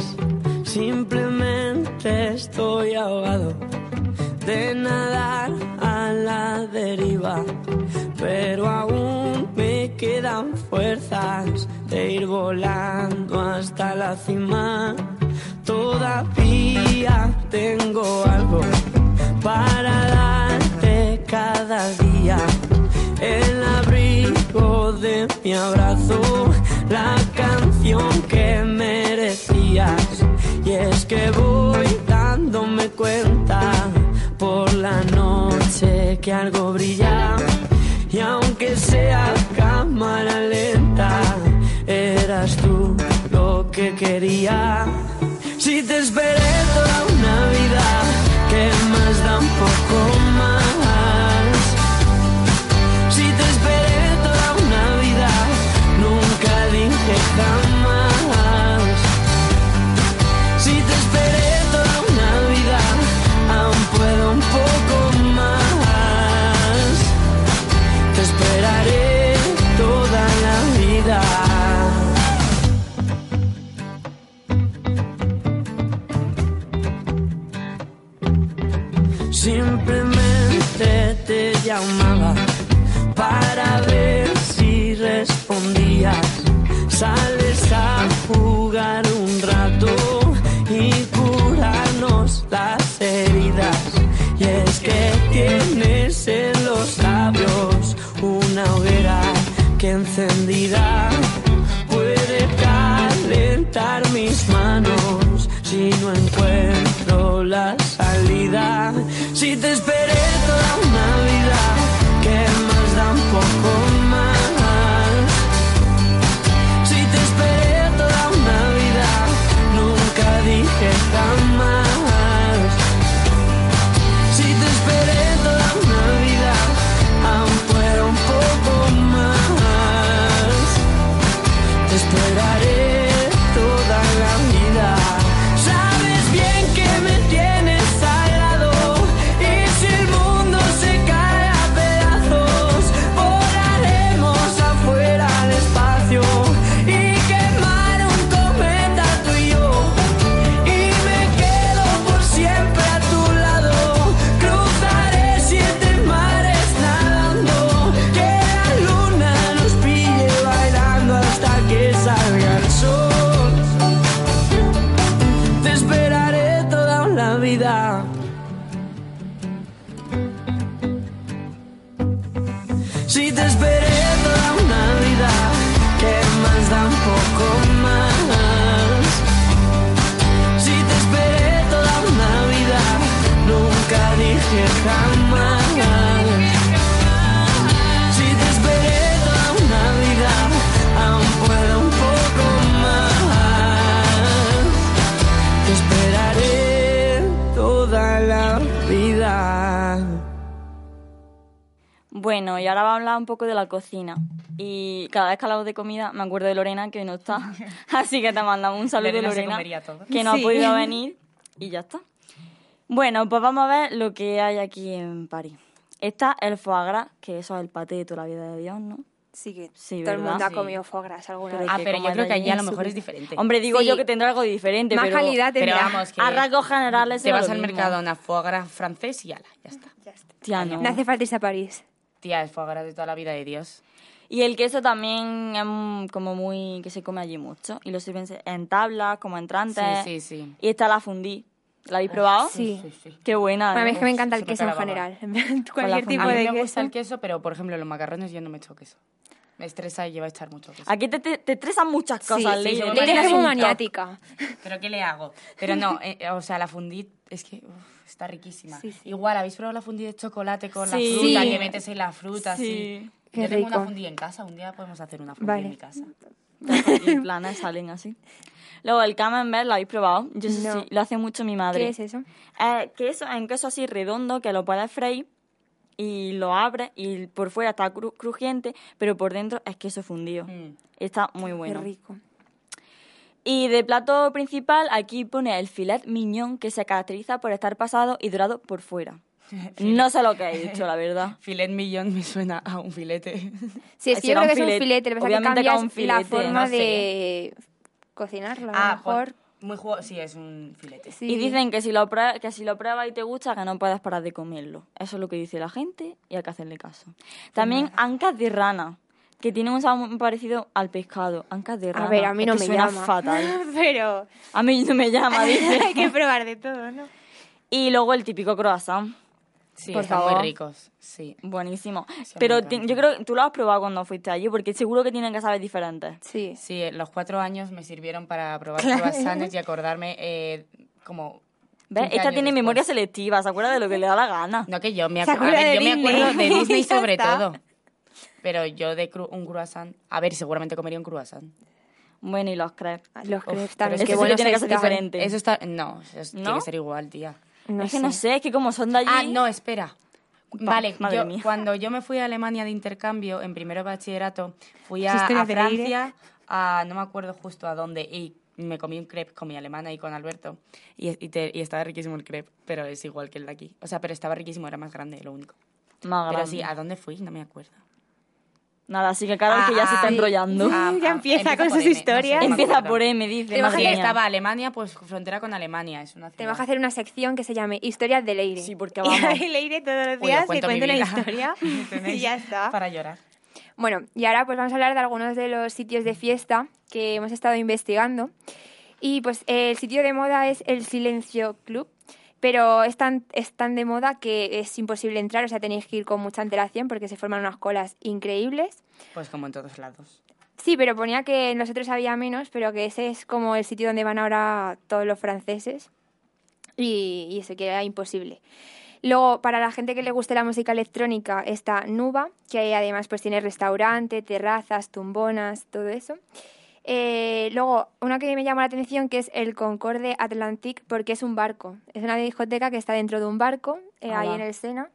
Simplemente estoy ahogado de nadar a la deriva. Pero aún me quedan fuerzas de ir volando hasta la cima. Todavía tengo algo para darte cada día. El abrigo de mi abrazo, la canción que merecías. Y es que voy dándome cuenta que algo brilla y aunque sea cámara lenta, eras tú lo que quería. Si te esperé toda una vida, que más da un poco más. Si te esperé toda una vida, nunca dije jamás. Si te esperé toda una vida, aún puedo un poco más. Te esperaré toda la vida. Simplemente te llamaba para ver si respondías. Sales a jugar un rato y curarnos las heridas. Y es que tienes en los labios una hoguera que encendida puede calentar mis manos si no encuentro la salida. Si te esperé toda una vida, que más da un poco más. Si te esperé toda una vida, nunca dije jamás. Si te esperé toda una vida, aún fuera un poco más. Te esperaré toda la vida. Sabes bien que me tienes al lado. Y si el mundo se cae a pedazos, volaremos afuera al espacio. Y quemar un cometa tú y yo. Y me quedo por siempre a tu lado. Cruzaré siete mares nadando. Que la luna nos pille bailando hasta que salga el sol. Te esperaré toda la vida. Si te esperé toda una vida, que más da un poco más. Si te esperé toda una vida, nunca dije jamás. Si te esperé toda una vida, aún puedo un poco más. Te esperaré toda la vida.
Bueno, y ahora va a hablar un poco de la cocina. Y cada vez que hablamos de comida, me acuerdo de Lorena, que no está. Así que te mandamos un saludo,
Lorena
Lorena,
se comería todo.
que no
Sí.
ha podido venir. Y ya está. Bueno, pues vamos a ver lo que hay aquí en París. Está el foie gras, que eso es el paté de toda la vida de Dios, ¿no?
Sí, que
Sí,
todo el
¿verdad?
mundo ha
Sí.
comido foie gras alguna
Ah,
vez.
es que
pero yo
como
creo que allí a
es
lo mejor
súper-
es diferente.
Hombre, digo
Sí.
yo que tendrá algo diferente.
Más
pero
calidad
Pero
tendrá.
vamos, que
A rasgos generales
te
era
vas
lo
al
mismo.
mercado a una foie gras francés y ala, ya está.
Ya está.
Tía, no.
No hace falta irse a París.
Tía, el foie gras de toda la vida de Dios.
Y el queso también es mm, como muy... que se come allí mucho. Y lo sirven en tablas, como entrantes.
Sí, sí, sí. Ah,
Y está la fundí. ¿La habéis probado?
¿Oh? Sí.
Qué buena.
Bueno, a mí es que me
Uf,
encanta el
se me
queso en
cae la
general.
baba.
Cualquier tipo
A mí
de
me gusta
queso.
el queso, pero por ejemplo, los macarrones yo no me echo queso. Me estresa y lleva a echar mucho queso.
Aquí te, te, te estresan muchas cosas,
sí,
Leire.
sí,
Te
sí,
Leire
Imagínate
es
estresas
muy
un
maniática.
¿Pero qué le hago? Pero no, eh, eh, o sea, la fundí es que uf, está riquísima.
Sí, sí.
Igual, ¿habéis probado la fundí de chocolate con
Sí.
la fruta?
Sí.
Que metes en la fruta, sí.
Sí.
Qué
yo tengo una
rico.
fundí en casa, un día podemos hacer una fundí
Vale.
en mi casa.
top. Y planas salen así. Luego el camembert, ¿lo habéis probado? Yo sé
No.
sí, lo hace mucho mi madre.
¿Qué es eso?
Eh, queso, en queso así redondo que lo puedes freír y lo abres y por fuera está cru- crujiente, pero por dentro es queso fundido.
Mm.
Está muy bueno.
Qué rico.
Y de plato principal, aquí pone el filet mignon que se caracteriza por estar pasado y dorado por fuera. no sé lo que he dicho, la verdad.
Filet millón me suena a un filete.
Sí, es que yo creo
Será un
que es un
filete.
filete. Lo que pasa es que
Obviamente que
cambias
un
la
filete,
forma
no sé. Ah,
de cocinarlo. A lo
pon-
mejor.
Ah, muy jugo... Sí, es un filete.
sí.
Y dicen que si, lo prue- que si lo pruebas y te gusta, que no puedes parar de comerlo. Eso es lo que dice la gente y hay que hacerle caso. También ancas de rana, que tienen un sabor muy parecido al pescado. Ancas de rana.
A ver, a mí
es
no
que
me
suena
llama.
fatal.
Pero
A mí no me llama,
hay
Ah, dice.
que probar de todo, ¿no?
Y luego el típico croissant.
Sí,
Por
están
favor.
muy ricos. Sí.
Buenísimo.
me
Pero ti-
encanta.
yo creo que tú lo has probado cuando fuiste allí, porque seguro que tienen que saber diferentes.
Sí.
Sí, eh, los cuatro años me sirvieron para probar croissants y acordarme eh, como
¿Ves?
15
Esta
años
tiene
después.
memoria selectiva, se acuerda de lo que le da la gana.
No que yo me,
Se
acu- a
acuerda
ver,
de
yo me acuerdo
Disney.
de Disney
Y ya
sobre
está.
todo. Pero yo de cru- un croissant... A ver, seguramente comería un croissant.
Bueno, y los crepes.
Ah, Los
Uf,
crepes
pero
también.
eso
Qué
sí que
buenos
tiene que ser
estaban.
diferente. Sí.
Eso está... No, eso es- tiene
¿No?
que ser igual, tía.
No
es que
sé.
no sé, es que como son de allí...
Ah, no, espera. Vale,
madre
yo-
mía.
cuando yo me fui a Alemania de intercambio, en primero de bachillerato, fui
Esas
a, a
historias de Leire.
Francia, a, no me acuerdo justo a dónde, y me comí un crepe con mi alemana y con Alberto, y, y te- y estaba riquísimo el crepe, pero es igual que el de aquí. O sea, pero estaba riquísimo, era más grande, lo único.
Más
Pero
grande.
sí, ah. ¿a dónde fui? No me acuerdo.
Nada, así que cada vez que ya se
Ah,
está
sí.
enrollando.
Ah, Ya empieza con
por
sus
M,
historias.
no me
Empieza
acuerdo.
por M, dice.
Te
Sí,
bajas
madre
en-
mía.
estaba Alemania, pues frontera con Alemania, es una ciudad.
Te vas a hacer una sección que se llame Historias de Leire.
Sí, porque vamos.
Y ahí Leire todos los
Uy,
días
os
te
cuento mi
cuenta una
vida.
historia y
Tenéis
ya está.
Para llorar.
Bueno, y ahora pues vamos a hablar de algunos de los sitios de fiesta que hemos estado investigando. Y pues eh, el sitio de moda es el Silencio Club, pero es tan, es tan de moda que es imposible entrar, o sea, tenéis que ir con mucha antelación porque se forman unas colas increíbles.
Pues como en todos lados.
Sí, pero ponía que nosotros había menos, pero que ese es como el sitio donde van ahora todos los franceses. Y, y eso, que era imposible. Luego, para la gente que le guste la música electrónica, está Nuba, que además pues tiene restaurante, terrazas, tumbonas, todo eso. Eh, luego, una que me llamó la atención que es el Concorde Atlantic, porque es un barco. Es una discoteca que está dentro de un barco, eh, ahí
Ala.
en el Sena.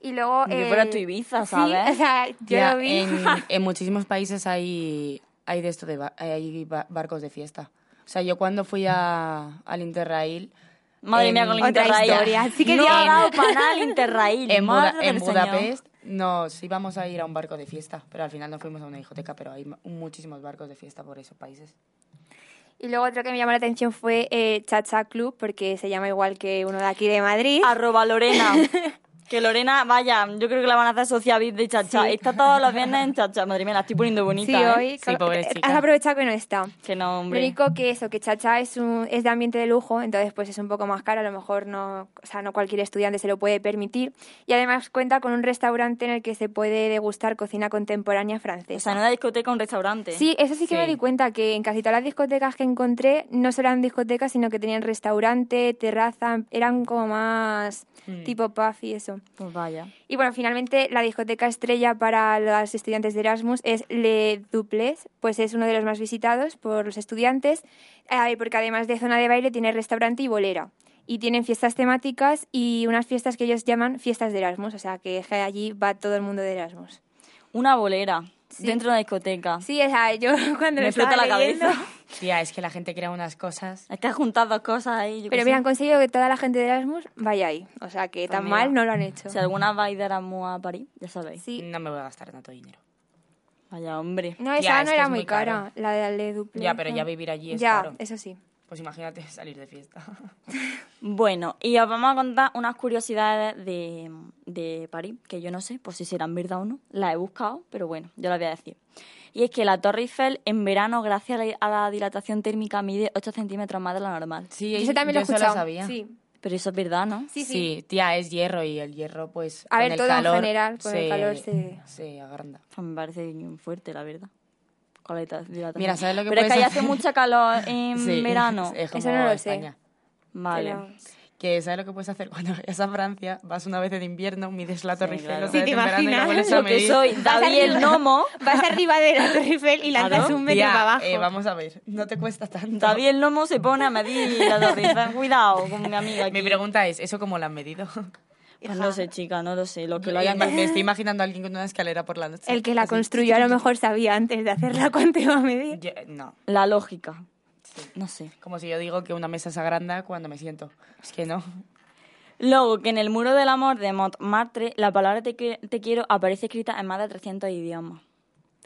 Y luego... eh,
Ni que Ah, fuera tu Ibiza,
sí,
¿sabes?
o sea, yo
Ya,
lo vi.
En, en muchísimos países hay, hay de esto de ba- hay ba- barcos de fiesta. O sea, yo cuando fui a, al Interrail.
Madre
en-
mía, con el
Otra
Interrail.
historia. Sí que
no
ya-
ha dado para nada el Interrail.
En, Buda-
madre
en
del Señor.
Budapest nos íbamos a ir a un barco de fiesta, pero al final nos fuimos a una discoteca, pero hay ma- muchísimos barcos de fiesta por esos países.
Y luego otro que me llamó la atención fue eh, Chacha Club, porque se llama igual que uno de aquí de Madrid.
Ah,
Arroba Lorena. Que Lorena, vaya, yo creo que la van a hacer sociavid de chacha. Está todos los viernes en chacha. Madre mía, la estoy poniendo
sí,
bonita. ¿eh?
hoy
Sí, pobre chica.
has aprovechado que no está.
Que no,
Lo
hombre.
único que eso, que Chacha es, un, es de ambiente de lujo, entonces pues es un poco más caro, a lo mejor no, o sea, no cualquier estudiante se lo puede permitir. Y además cuenta con un restaurante en el que se puede degustar cocina contemporánea
O sea,
francesa.
en una discoteca, un restaurante.
Sí, eso sí que
Sí.
me di cuenta, que en casi todas las discotecas que encontré no solo eran discotecas, sino que tenían restaurante, terraza, eran como más
Hmm.
tipo puff y eso.
Pues vaya.
Y bueno, finalmente la discoteca estrella para los estudiantes de Erasmus es Le Duples, pues es uno de los más visitados por los estudiantes, eh, porque además de zona de baile tiene restaurante y bolera. Y tienen fiestas temáticas y unas fiestas que ellos llaman fiestas de Erasmus, o sea que je, allí va todo el mundo de Erasmus.
Una bolera. Dentro de una discoteca.
Sí, o sea, yo cuando lo
Me
estaba
explota la
leyendo-
cabeza.
Tía, es que la gente crea unas cosas.
Es que has juntado dos cosas ahí. yo qué
Pero
sé.
mira, han conseguido que toda la gente de Erasmus vaya ahí, o sea que tan
Pues mira.
mal no lo han hecho.
Si alguna vais de Erasmus a París, ya sabéis.
Sí.
No me voy a gastar tanto dinero.
Vaya, hombre.
No,
Ya,
esa
es
no
que
era
es
muy
muy caro.
cara, la de Le Duples.
Ya, pero
¿no?
ya vivir allí es
Ya,
caro.
eso sí.
Pues imagínate salir de fiesta.
Bueno, y os vamos a contar unas curiosidades de, de París, que yo no sé por si serán verdad o no. Las he buscado, pero bueno, yo las voy a decir. Y es que la Torre Eiffel en verano, gracias a la, a la dilatación térmica, mide 8 centímetros más de lo normal.
Sí,
Yo eso también lo he
eso
escuchado.
sabía.
Sí.
Pero eso es verdad, ¿no?
Sí, sí.
tía, es hierro y el hierro, pues.
A
con
ver,
el
todo en
calor
general, con el calor se-
se agranda.
Pues me parece bien fuerte, la verdad. Con la dita- dilatación.
Mira, ¿sabes lo que
Pero es que ahí
puedes
hace
hacer?
mucha calor en
Sí,
verano.
Es como
Eso no lo sé.
España.
Vale.
Pero-
Que sabes lo que puedes hacer cuando vayas a Francia, vas una vez en invierno, mides la Torre Eiffel,
claro.
otra
Sí,
vez
te
en verano y la
imaginas.
vuelves a
Yo que
medir.
soy David el gnomo.
Vas arriba de la Torre Eiffel y lanzas
Claro.
un metro
Tía,
para abajo.
eh, vamos a ver, no te cuesta tanto.
David el gnomo se pone a medir la Torre Eiffel. Cuidado con mi amiga aquí.
Mi pregunta es, ¿eso cómo lo han medido?
Pues no sé, chica, no lo sé. Lo que lo hayan
Me estoy imaginando a alguien con una escalera por la noche.
El que la
así.
construyó a lo mejor sabía antes de hacerla cuánto iba a medir.
Yo- no,
La lógica. No sé.
como si yo digo que una mesa se agranda cuando me siento. Es que no.
Luego, que en el Muro del Amor de Montmartre, la palabra te, qui- te quiero aparece escrita en más de 300 idiomas.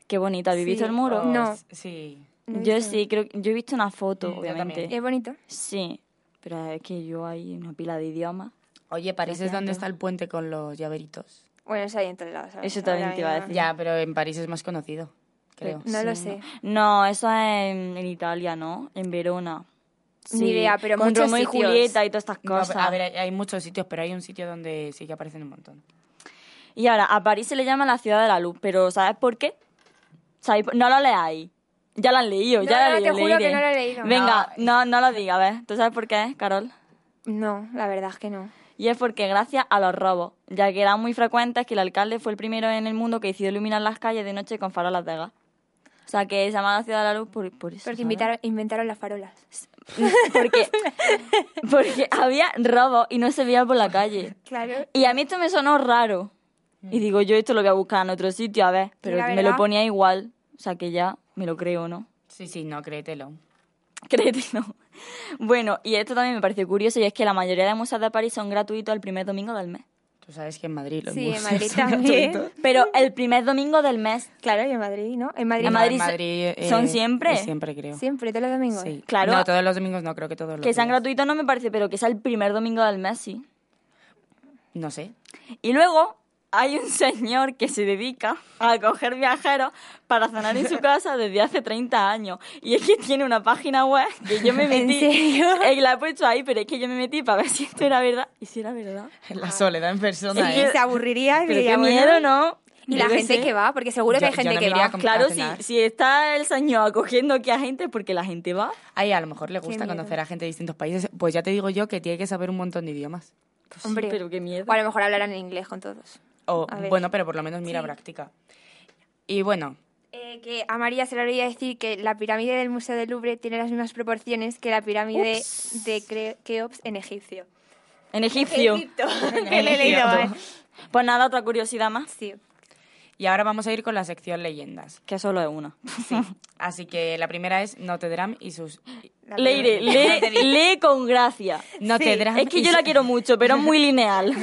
Qué bonita. ¿Habéis
Sí.
visto el muro?
Oh,
No.
Sí.
No he
Yo
visto.
sí, creo yo he visto una foto,
Mm, yo
obviamente.
Es bonito.
Sí, pero es que yo hay una pila de idiomas.
Oye, París es donde
Gracias.
está el puente con los llaveritos.
Bueno, eso hay en todos lados. ahora-
Eso también
ahora
te iba a
mismo.
decir.
Ya, pero en París es más conocido, creo.
No lo
Sí,
sé.
No, eso es en, en Italia, ¿no? En Verona.
Ni idea, pero
con
muchos
Romeo y
sitios.
Julieta y todas estas
No,
cosas.
a ver, hay hay muchos sitios, pero hay un sitio donde sí que aparecen un montón.
Y ahora, a París se le llama la ciudad de la luz, pero ¿sabes por qué? ¿Sabéis por- No lo leáis. Ya lo han leído,
No,
ya
no,
lo
te juro que
leeré.
no lo he leído.
Venga, no, no lo diga, a ver. ¿Tú sabes por qué, Carol?
No, la verdad es que no.
Y es porque gracias a los robos, ya que eran muy frecuentes, que el alcalde fue el primero en el mundo que decidió iluminar las calles de noche con farolas de gas. O sea, que se llamaba la ciudad de la luz por, por
Porque
eso. ¿sabes?
invitaron- inventaron las farolas.
Porque, porque había robos y no se veía por la calle.
Claro.
Y a mí esto me sonó raro. Y digo, yo esto lo voy a buscar en otro sitio, a ver. Pero
Mm. la
me
verdad-
lo ponía igual. O sea, que ya me lo creo, ¿no?
Sí, sí, no, créetelo.
Créete, no. Bueno, y esto también me pareció curioso y es que la mayoría de museos de París son gratuitos el primer domingo del mes.
Tú sabes que en Madrid los
Sí, en
museos
Madrid
son
también.
gratuitos.
Pero el primer domingo del mes.
Claro, y en Madrid, ¿no? En Madrid,
En
No,
Madrid so-
eh,
¿son siempre?
es siempre, creo.
siempre, todos los domingos.
Sí.
Claro.
No, todos los domingos no, creo que todos los
Que sean
días.
gratuitos no me parece, pero que sea el primer domingo del mes, sí.
No sé.
Y luego hay un señor que se dedica a coger viajeros para cenar en su casa desde hace 30 años. Y es que tiene una página web que yo me
¿En
metí.
serio?
Eh, la he puesto ahí, pero es que yo me metí para ver si esto era verdad. Y si era verdad.
La soledad en persona,
Es
Y
que-
¿eh?
se aburriría y
Pero
diría,
qué
bueno,
miedo, ¿no?
Y
Yo
la
qué
gente
sé.
que va, porque seguro que
Yo-
hay
yo
gente
no me
que
iría
va.
con-
Claro,
a
si,
cenar.
si está el señor acogiendo aquí a gente, porque la gente va.
Ay, a lo mejor le gusta
miedo.
conocer a gente de distintos países. Pues ya te digo yo que tiene que saber un montón de idiomas.
Pues sí,
Hombre,
pero qué miedo.
O a lo mejor hablarán en inglés con todos.
O,
A ver.
bueno, pero por lo menos mira práctica. Y bueno,
Eh, que a María se le olvidó decir que la pirámide del Museo del Louvre tiene las mismas proporciones que la pirámide de Cre- Keops en Egipcio.
En egipcio.
Egipto. que le he leído eh. mal.
Pues nada, otra curiosidad más,
Sí.
y ahora vamos a ir con la sección leyendas.
que solo es una.
Así que la primera es Notre Dame y sus...
La
Leire,
pirámide.
lee, lee con gracia.
Notre Dame
Es que
y
yo
su-
la quiero mucho, pero es muy lineal.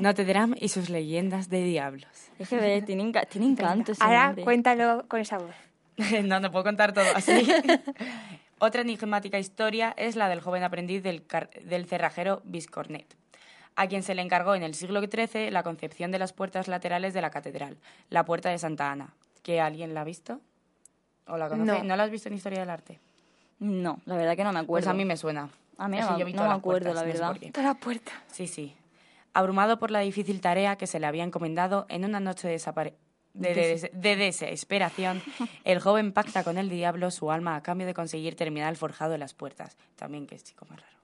Notre Dame y sus leyendas de diablos.
Es que ve, tiene, enca- tiene encanto ese
Ahora
hombre.
cuéntalo con sabor.
no, no puedo contar todo así. Otra enigmática historia es la del joven aprendiz del, car- del cerrajero Viscornet, a quien se le encargó en el siglo XIII la concepción de las puertas laterales de la catedral, la puerta de Santa Ana. ¿Que alguien la ha visto? ¿O la conoce?
No.
No. la has visto en Historia del Arte?
No, la verdad que no me acuerdo.
Pues a mí me suena.
A mí
Es
no
que
me-
yo vi
no
todas
me
las
acuerdo,
puertas,
la
no sé
verdad.
por qué.
Toda la puerta.
Sí, sí. Abrumado por la difícil tarea que se le había encomendado en una noche de, desapare- de, de- de desesperación, el joven pacta con el diablo su alma a cambio de conseguir terminar el forjado de las puertas. También que es chico más raro.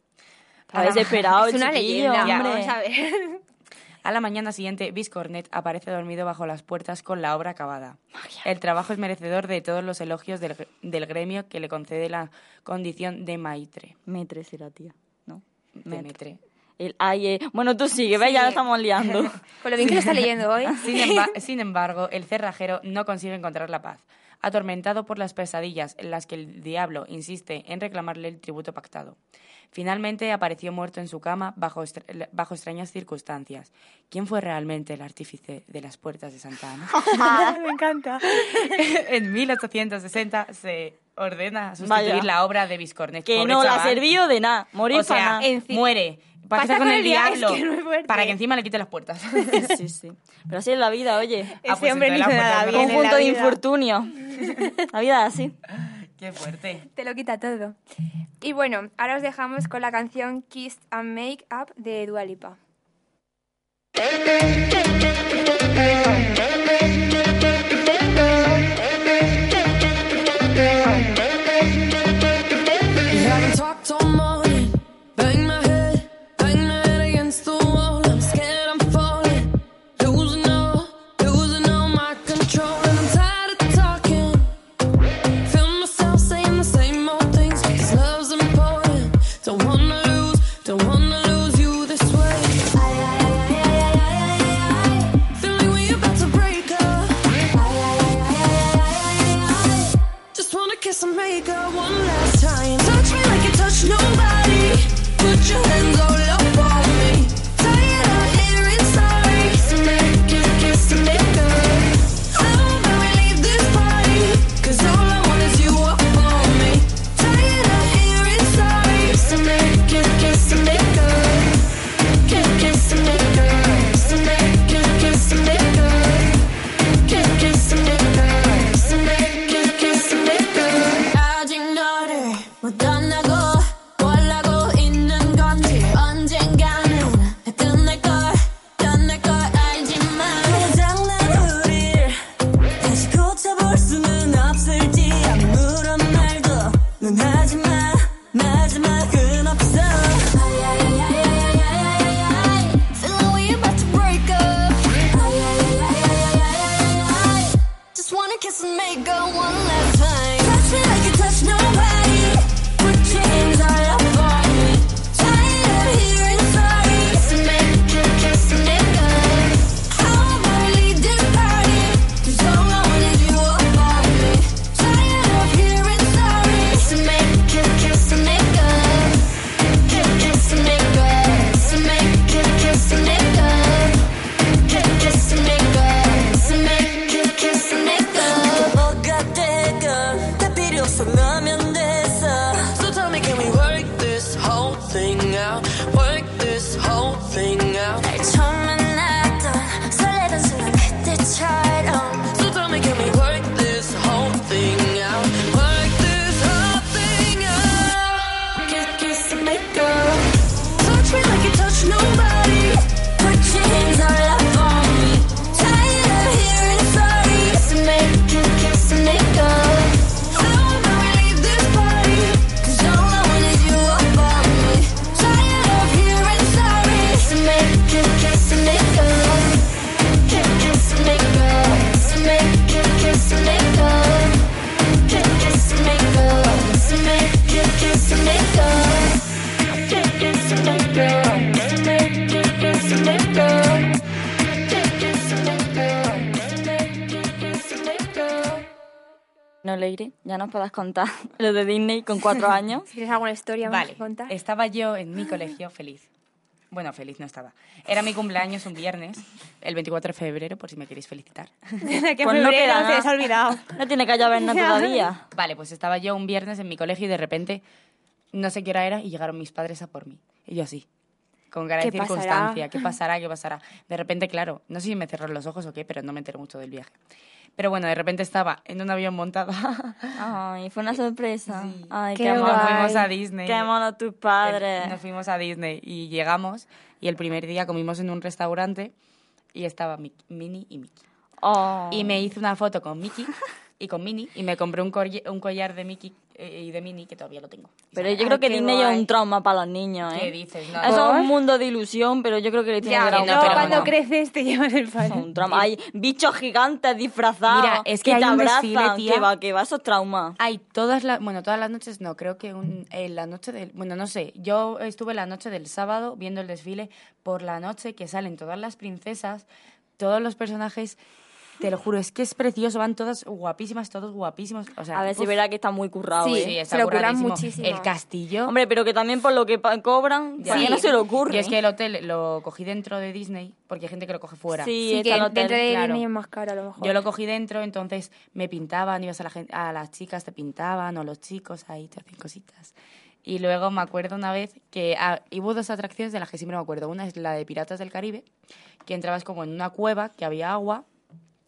Está
Ah,
desesperado,
es una
el chiquillo,
leyenda,
hombre.
vamos a ver.
A la mañana siguiente, Viscornet aparece dormido bajo las puertas con la obra acabada. El trabajo es merecedor de todos los elogios del, gre- del gremio que le concede la condición de maitre.
Metre será tía, ¿no?
De maitre.
El, ay, eh, Bueno, tú sigue, ve, ya la estamos liando.
Con lo bien que lo está leyendo hoy.
Sin, emba- sin embargo, el cerrajero no consigue encontrar la paz, atormentado por las pesadillas en las que el diablo insiste en reclamarle el tributo pactado. Finalmente apareció muerto en su cama bajo, estra- bajo extrañas circunstancias. ¿Quién fue realmente el artífice de las puertas de Santa Ana?
Me encanta.
en 1860 se ordena sustituir
Vaya.
la obra de Viscornet.
que
Pobre
no la
chaval.
sirvió de nada. Morir
O sea,
para
en fin.
muere. Pacta con, el diablo.
es que no es fuerte.
para que encima le quite las puertas.
nada. Sí, sí. Pero así es la vida, oye.
Ah, pues
Ese hombre no hizo
entonces la
nada
puerta
bien. en la
es
Conjunto de
vida.
infortunio. La vida es así.
Qué fuerte.
Te lo quita todo. Y bueno, ahora os dejamos con la canción Kiss and Make Up de Dua Lipa.
We haven't talked all morning. Bang my head, bang my head against the wall. I'm scared I'm falling, losing all, losing all my control. And I'm tired of talking. Feel myself saying the same old things. Cause love's important. Don't wanna lose, don't wanna lose you this way. Ay, ay, ay, ay, ay, ay, ay, ay. Feel like we're about to break up. Ay, ay, ay, ay, ay, ay, ay, ay. Just wanna kiss and make her one last time. Touch me like you touch nobody. Put your hands all up on me. Tired of hearing sorry. So make you kiss and make up. I don't wanna leave this party. 'Cause all I want is you up on me. Tired of hearing sorry. So make
things are left on me. Tired of hearing sorry. Kiss and make, kiss and make up. I wanna leave this party, 'cause all I want is you above me. Tired of hearing sorry. Kiss and make, kiss and make up. Kiss and make up. Kiss and make, kiss and make up. Kiss and make up. Kiss and make, kiss and make up.
No, Leire, ya nos podrás contar lo de Disney con cuatro años.
Si tienes alguna historia más
Vale,
que contar.
estaba yo en mi colegio feliz. Bueno, feliz no estaba. Era mi cumpleaños un viernes, el 24 de febrero, por si me queréis felicitar.
que
Pues
febrero,
no queda
se
nada.
les ha olvidado.
No tiene que haber nada todavía.
Vale, pues estaba yo un viernes en mi colegio y de repente no sé qué hora era y llegaron mis padres a por mí. Y yo así, con cara de
¿Qué pasará?
circunstancia, ¿qué pasará? ¿Qué pasará? De repente, claro, no sé si me cerraron los ojos o qué, pero no me enteré mucho del viaje. Pero bueno, de repente estaba en un avión montado.
Ay, fue una sorpresa. Ay,
Qué
qué,
Nos
guay.
fuimos a Disney.
Qué mono tus
Eh,
padres.
Nos fuimos a Disney y llegamos y el primer día comimos en un restaurante y estaba Mi- Minnie y Mickey.
Oh.
Y me hice una foto con Mickey y con Minnie y me compré un, colle- un collar de Mickey eh, y de Minnie que todavía lo tengo.
Pero yo
Ay,
creo que
qué
Disney es
guay.
un trauma para los niños, ¿eh?
¿Qué dices? No,
Eso
no.
es un mundo de ilusión, pero yo creo que le tiene
Ya,
que dar un
no,
Luego
pero
cuando
no.
creces te llevan el
Eso es
palo.
un trauma. Hay bichos gigantes disfrazados.
Mira, es que hay
te
un
abrazan.
desfile, tía. Ah,
Que va, que va, eso es trauma.
Hay todas las, bueno, todas las noches no, creo que un- en la noche del, bueno, no sé, yo estuve la noche del sábado viendo el desfile por la noche que salen todas las princesas, todos los personajes, te lo juro, es que es precioso, van todas guapísimas, todos guapísimos, o sea,
A ver si
uf,
verá que está muy currado,
Sí,
¿eh?
sí, está
se lo curran
curradísimo.
muchísimo.
El castillo.
Hombre, pero que también por lo que pa- cobran,
ya.
¿por qué no se le ocurre?
Y es que el hotel lo cogí dentro de Disney, porque hay gente que lo coge fuera.
Sí,
Sí, que
está el hotel.
dentro de
claro.
Disney es más caro a lo mejor.
Yo lo cogí dentro, entonces me pintaban, ibas a, la gen- a las chicas, te pintaban, o los chicos, ahí te hacen cositas. Y luego me acuerdo una vez que ah, hubo dos atracciones de las que siempre me acuerdo. Una es la de Piratas del Caribe, que entrabas como en una cueva, que había agua,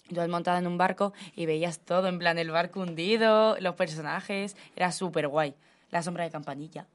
entonces montada en un barco y veías todo, en plan el barco hundido, los personajes, era súper guay. La sombra de campanilla.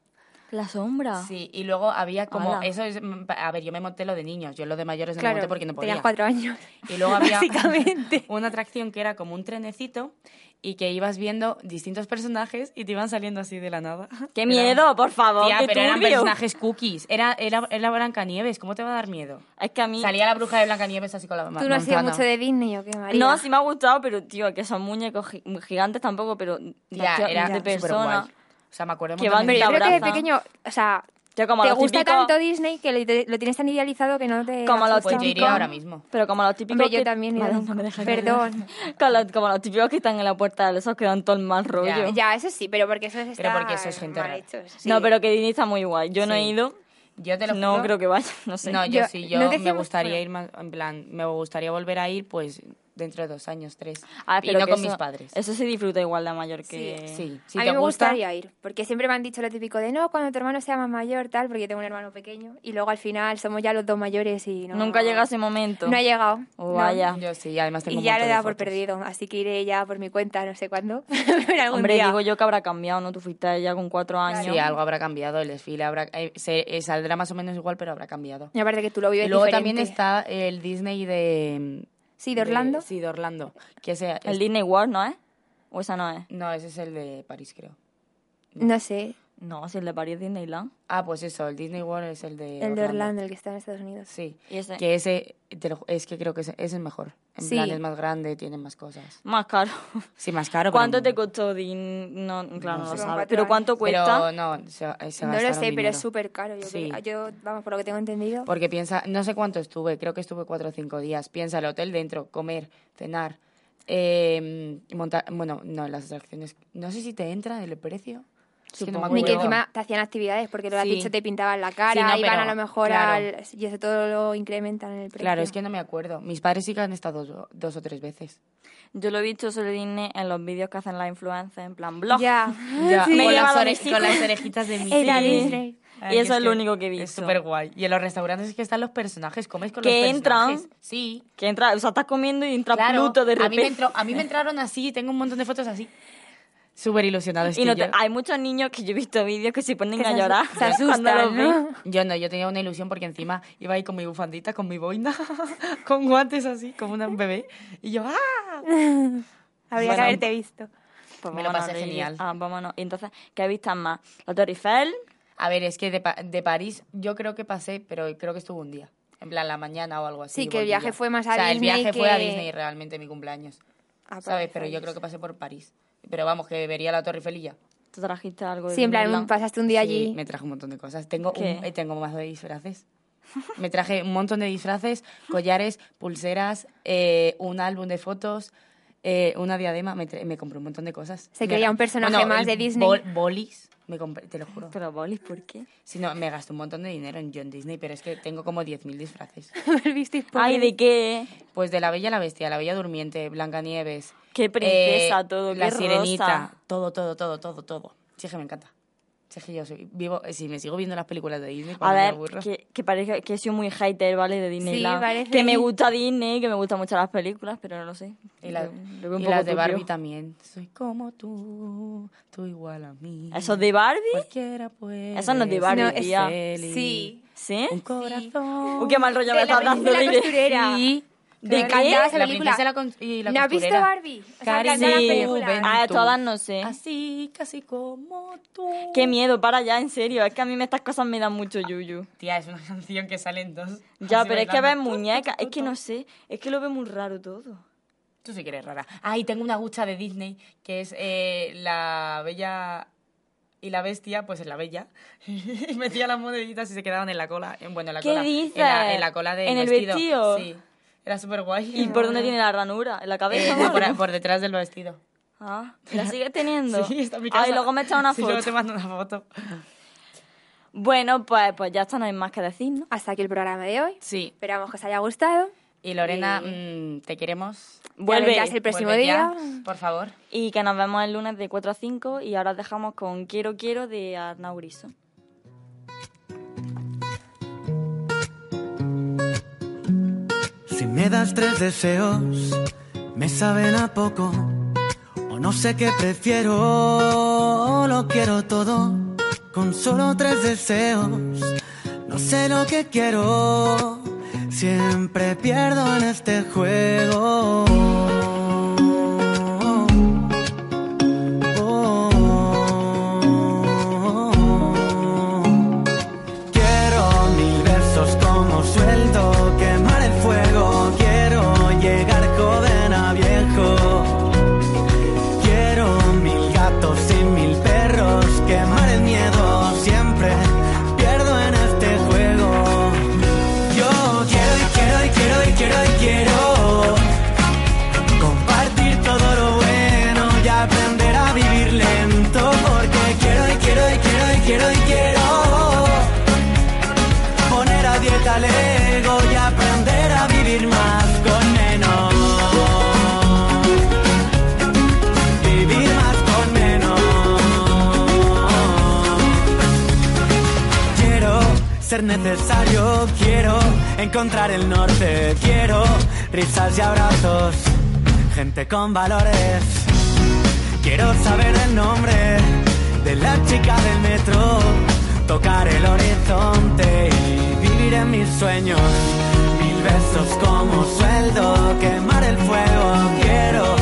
La sombra.
Sí, y luego había como...
Ah. Ala.
Eso es... mm, pa- A ver, yo me monté lo de niños, yo lo de mayores no me
claro,
monté este porque no podía.
tenías cuatro años.
Y luego había
Básicamente.
una atracción que era como un trenecito y que ibas viendo distintos personajes y te iban saliendo así de la nada.
¡Qué
Era-
miedo, por favor!
Tía,
¡Qué
pero eran
turbio!
personajes cookies. Era, era, era Blancanieves, ¿cómo te va a dar miedo?
Es que a mí...
Salía la bruja de Blancanieves así con la ma-
¿Tú no has sido
manzana.
mucho de Disney o qué, María?
No, sí me ha gustado, pero, tío, que son muñecos gi- gigantes tampoco, pero...
Ya,
tío,
era
de
superguay.
persona.
O sea, me acuerdo
Que
mucho
van
de-
Pero yo creo que desde
abraza.
pequeño, o sea,
Tío, como
te
los
gusta
típicos-
tanto Disney que lo, te- lo tienes tan idealizado que no te...
Como los
asusta.
Pues yo iría ahora mismo.
Pero como los típicos
Hombre, yo
que-
también iba
Vale,
nunca.
no me dejas
Perdón.
hablar. Con los- como los típicos que están en la puerta de esos que dan todo el mal rollo.
Ah, Ya, eso sí, pero porque eso es
Pero porque eso es gente
mal
rara.
hecho, sí.
No, pero que Disney está muy guay. Yo no he
Sí.
ido.
Yo te lo
no
juro-
creo que vaya, no sé.
No, yo,
Yo-
sí, yo
no
me
decimos-
gustaría
bueno.
ir más, en plan, me gustaría volver a ir pues dentro de dos años, tres.
Ah,
y
pero
no
que
con
eso-
mis padres.
Eso se disfruta igual de mayor que...
Sí, si
a
te
mí me
gusta,
gustaría ir, porque siempre me han dicho lo típico de no, cuando tu hermano sea más mayor, tal, porque yo tengo un hermano pequeño, y luego al final somos ya los dos mayores y no...
Nunca llega ese momento.
No ha llegado.
Oh,
no.
vaya.
Yo sí, además tengo
Y
un
ya lo
montón
he
de
dado por
fotos.
perdido, así que iré ya por mi cuenta, no sé cuándo. pero algún
Hombre,
día.
digo yo que habrá cambiado, ¿no? Tú fuiste ya con cuatro años.
Sí, algo habrá cambiado, el desfile habrá, eh, se, eh, saldrá más o menos igual, pero habrá cambiado.
Y aparte que tú lo
Y
vives
luego
diferente.
también está el Disney de...
Sí, de Orlando.
sí, de Orlando. Que ese,
El Disney World, ¿no es? ¿O esa no es?
no, ese es el de París, creo.
No sé,
No, si el de París es Disneyland.
Ah, pues eso, el Disney World es el de
el de Orlando, el que está en Estados Unidos.
Sí,
¿Y ese?
que ese, te lo ju- es que creo que ese, es el mejor. En
Sí.
plan, es más grande, tiene más cosas.
Más caro.
Sí, más caro. pero
¿Cuánto te
muy-
costó Din? No, claro, no, lo
No sé.
sabes.
Cuatro
Pero
años.
¿cuánto cuesta?
Pero no, se, eh, se
No lo
gastaron
sé, pero
dinero.
es súper caro. Yo,
Sí.
creo- yo, vamos, por lo que tengo entendido.
Porque piensa, no sé cuánto estuve, creo que estuve cuatro o cinco días. Piensa el hotel dentro, comer, cenar, eh, montar, bueno, no, las atracciones. No sé si te entra el precio. Es que no me
Supongo.
Ni que
acuerdo.
encima te hacían actividades, porque lo has
Sí.
dicho, te pintaban la cara,
no,
iban
pero,
a lo mejor
claro.
al... Y eso todo lo incrementan en el precio.
Claro, es que no me acuerdo. Mis padres sí que han estado dos, dos o tres veces.
Yo lo he visto sobre Disney en los vídeos que hacen las influencers, en plan blog.
Ya.
Ya,
Me he
con, las
llevado a
ore-
mis
con las
hijos.
orejitas de mi
Era
Sí.
Disney.
Y eso es lo único que he
Es
visto.
súper guay. Y en los restaurantes es que están los personajes, comes con
Que
los
entran.
personajes. Sí.
Que entra, o sea, estás comiendo y entra
Claro,
Pluto de
a mí,
repente.
me entró- a mí me entraron así, tengo un montón de fotos así. súper ilusionado.
Y no te- hay muchos niños que yo he visto vídeos que se ponen a llorar.
se asustan,
cuando los ven.
¿no?
Yo no, yo tenía una ilusión porque encima iba ahí con mi bufandita, con mi boina, con guantes así, como una- un bebé. Y yo, ¡ah!
Habría
Bueno.
que haberte visto.
Pues
Me lo
vámonos,
pasé
Lady.
genial.
Ah, vámonos. Y entonces, ¿qué avistas más? La Torre Eiffel.
A ver, es que de, Pa- de París yo creo que pasé, pero creo que estuve un día. En plan, la mañana o algo así.
Sí, que el
volví
viaje
ya.
fue más a
O sea,
Disney
el viaje fue a
que-
Disney realmente mi cumpleaños.
Ah,
¿Sabes?
pues,
Pero yo
¿sabes?
creo que pasé por París. Pero vamos, que vería la Torre Eiffel y ya.
¿Tú trajiste algo? de
Sí, en plan,
Disneyland?
pasaste un día
Pues Sí,
allí.
me traje un montón de cosas. Tengo,
¿Qué?
un- eh, tengo más de disfraces. Me traje un montón de disfraces, collares, pulseras, eh, un álbum de fotos, eh, una diadema. Me, tra- me compré un montón de cosas.
Se
Me
creía
ga-
un personaje
Bueno,
más
el
de Disney.
bol- bolis, me compré, te lo juro.
Pero bolis, ¿por qué?
Si no, me gasté un montón de dinero en John Disney, pero es que tengo como 10.000 disfraces.
Visteis por
Ay,
ahí.
¿de qué?
Pues de la Bella y la Bestia, la Bella Durmiente, Blancanieves.
Qué princesa, todo,
Eh, La
qué
Sirenita,
rosa.
todo, todo, todo, todo, todo. Sí, es que me encanta. Sí, es que yo soy- vivo, eh, si me sigo viendo las películas de Disney,
A
cuando me
ver,
aburro.
que, que parece que he sido muy hater, ¿vale? De Disneyland.
parece.
Que me gusta Disney, que me gustan mucho las películas, pero no lo sé.
Y, la-
Lo- lo veo un
y
poco
las de
turbio.
Barbie también. Soy como tú, tú igual a mí.
¿Eso es de Barbie?
Cualquiera puede.
Eso no es de Barbie,
No, es
tía. ¿Eh?
feliz.
Sí.
¿Sí?
Un corazón.
Uy, qué mal rollo
De
me
la
estás dando,
princesa
Leire.
costurera.
Sí.
Que
¿De
me encantaba
qué?
esa
La
película.
princesa la con- y la
¿No has visto
costurera.
Barbie? O sea,
Cari,
encanta la
sí.
película.
Juventud.
Ah, todas no sé.
Así, casi como tú.
Qué miedo, para ya, en serio. Es que a mí me- estas cosas me dan
Ah,
mucho yuyu.
Tía, es una canción que sale en dos.
Ya,
Así
pero es que
bailando.
ves muñecas. Es que no sé. Es que lo veo muy raro todo.
Tú sí que eres rara. Ah, y tengo una hucha de Disney, que es eh, la bella y la bestia, pues en la bella. y metía las moneditas y se quedaban en la cola. En, bueno, en la
¿Qué
cola.
dices?
En la, en la cola del
¿En el
vestido.
vestido?
Sí. Era súper guay.
¿Y por dónde tiene la ranura? ¿En la cabeza? o
eh. por,
algo?
por detrás del vestido.
Ah, ¿la sigues teniendo?
Sí, está en mi casa.
Ay, luego me echa una
Sí,
foto.
luego te mando una foto.
Bueno, pues, pues ya está, no hay más que decir, ¿no?
Hasta aquí el programa de hoy.
Sí.
Esperamos que os haya gustado.
Y Lorena, mm, te queremos.
Vuelve.
vendrás el próximo
Vuelve ya,
día.
por favor.
Y que nos vemos el lunes de 4 a 5 y ahora os dejamos con Quiero Quiero de Arnau Griso.
Si me das tres deseos, me saben a poco. O no sé qué prefiero, lo quiero todo. Con solo tres deseos, no sé lo que quiero. Siempre pierdo en este juego. Oh, oh, Quiero mil versos como suelto, quemar el fuego. Quiero llegar joven a viejo. Quiero mil gatos y mil perros, quemar el miedo. Siempre pierdo en este juego. Yo quiero y quiero y quiero y quiero y quiero compartir todo lo bueno y aprender a vivir lento. Porque quiero y quiero y quiero y quiero y quiero poner a dieta el ego y aprender a vivir más con menos. Vivir más con menos. Quiero ser necesario, quiero encontrar el norte, quiero risas y abrazos, gente con valores. Quiero saber el nombre de la chica del metro, tocar el horizonte y vivir en mis sueños. Mil besos como sueldo, quemar el fuego. Quiero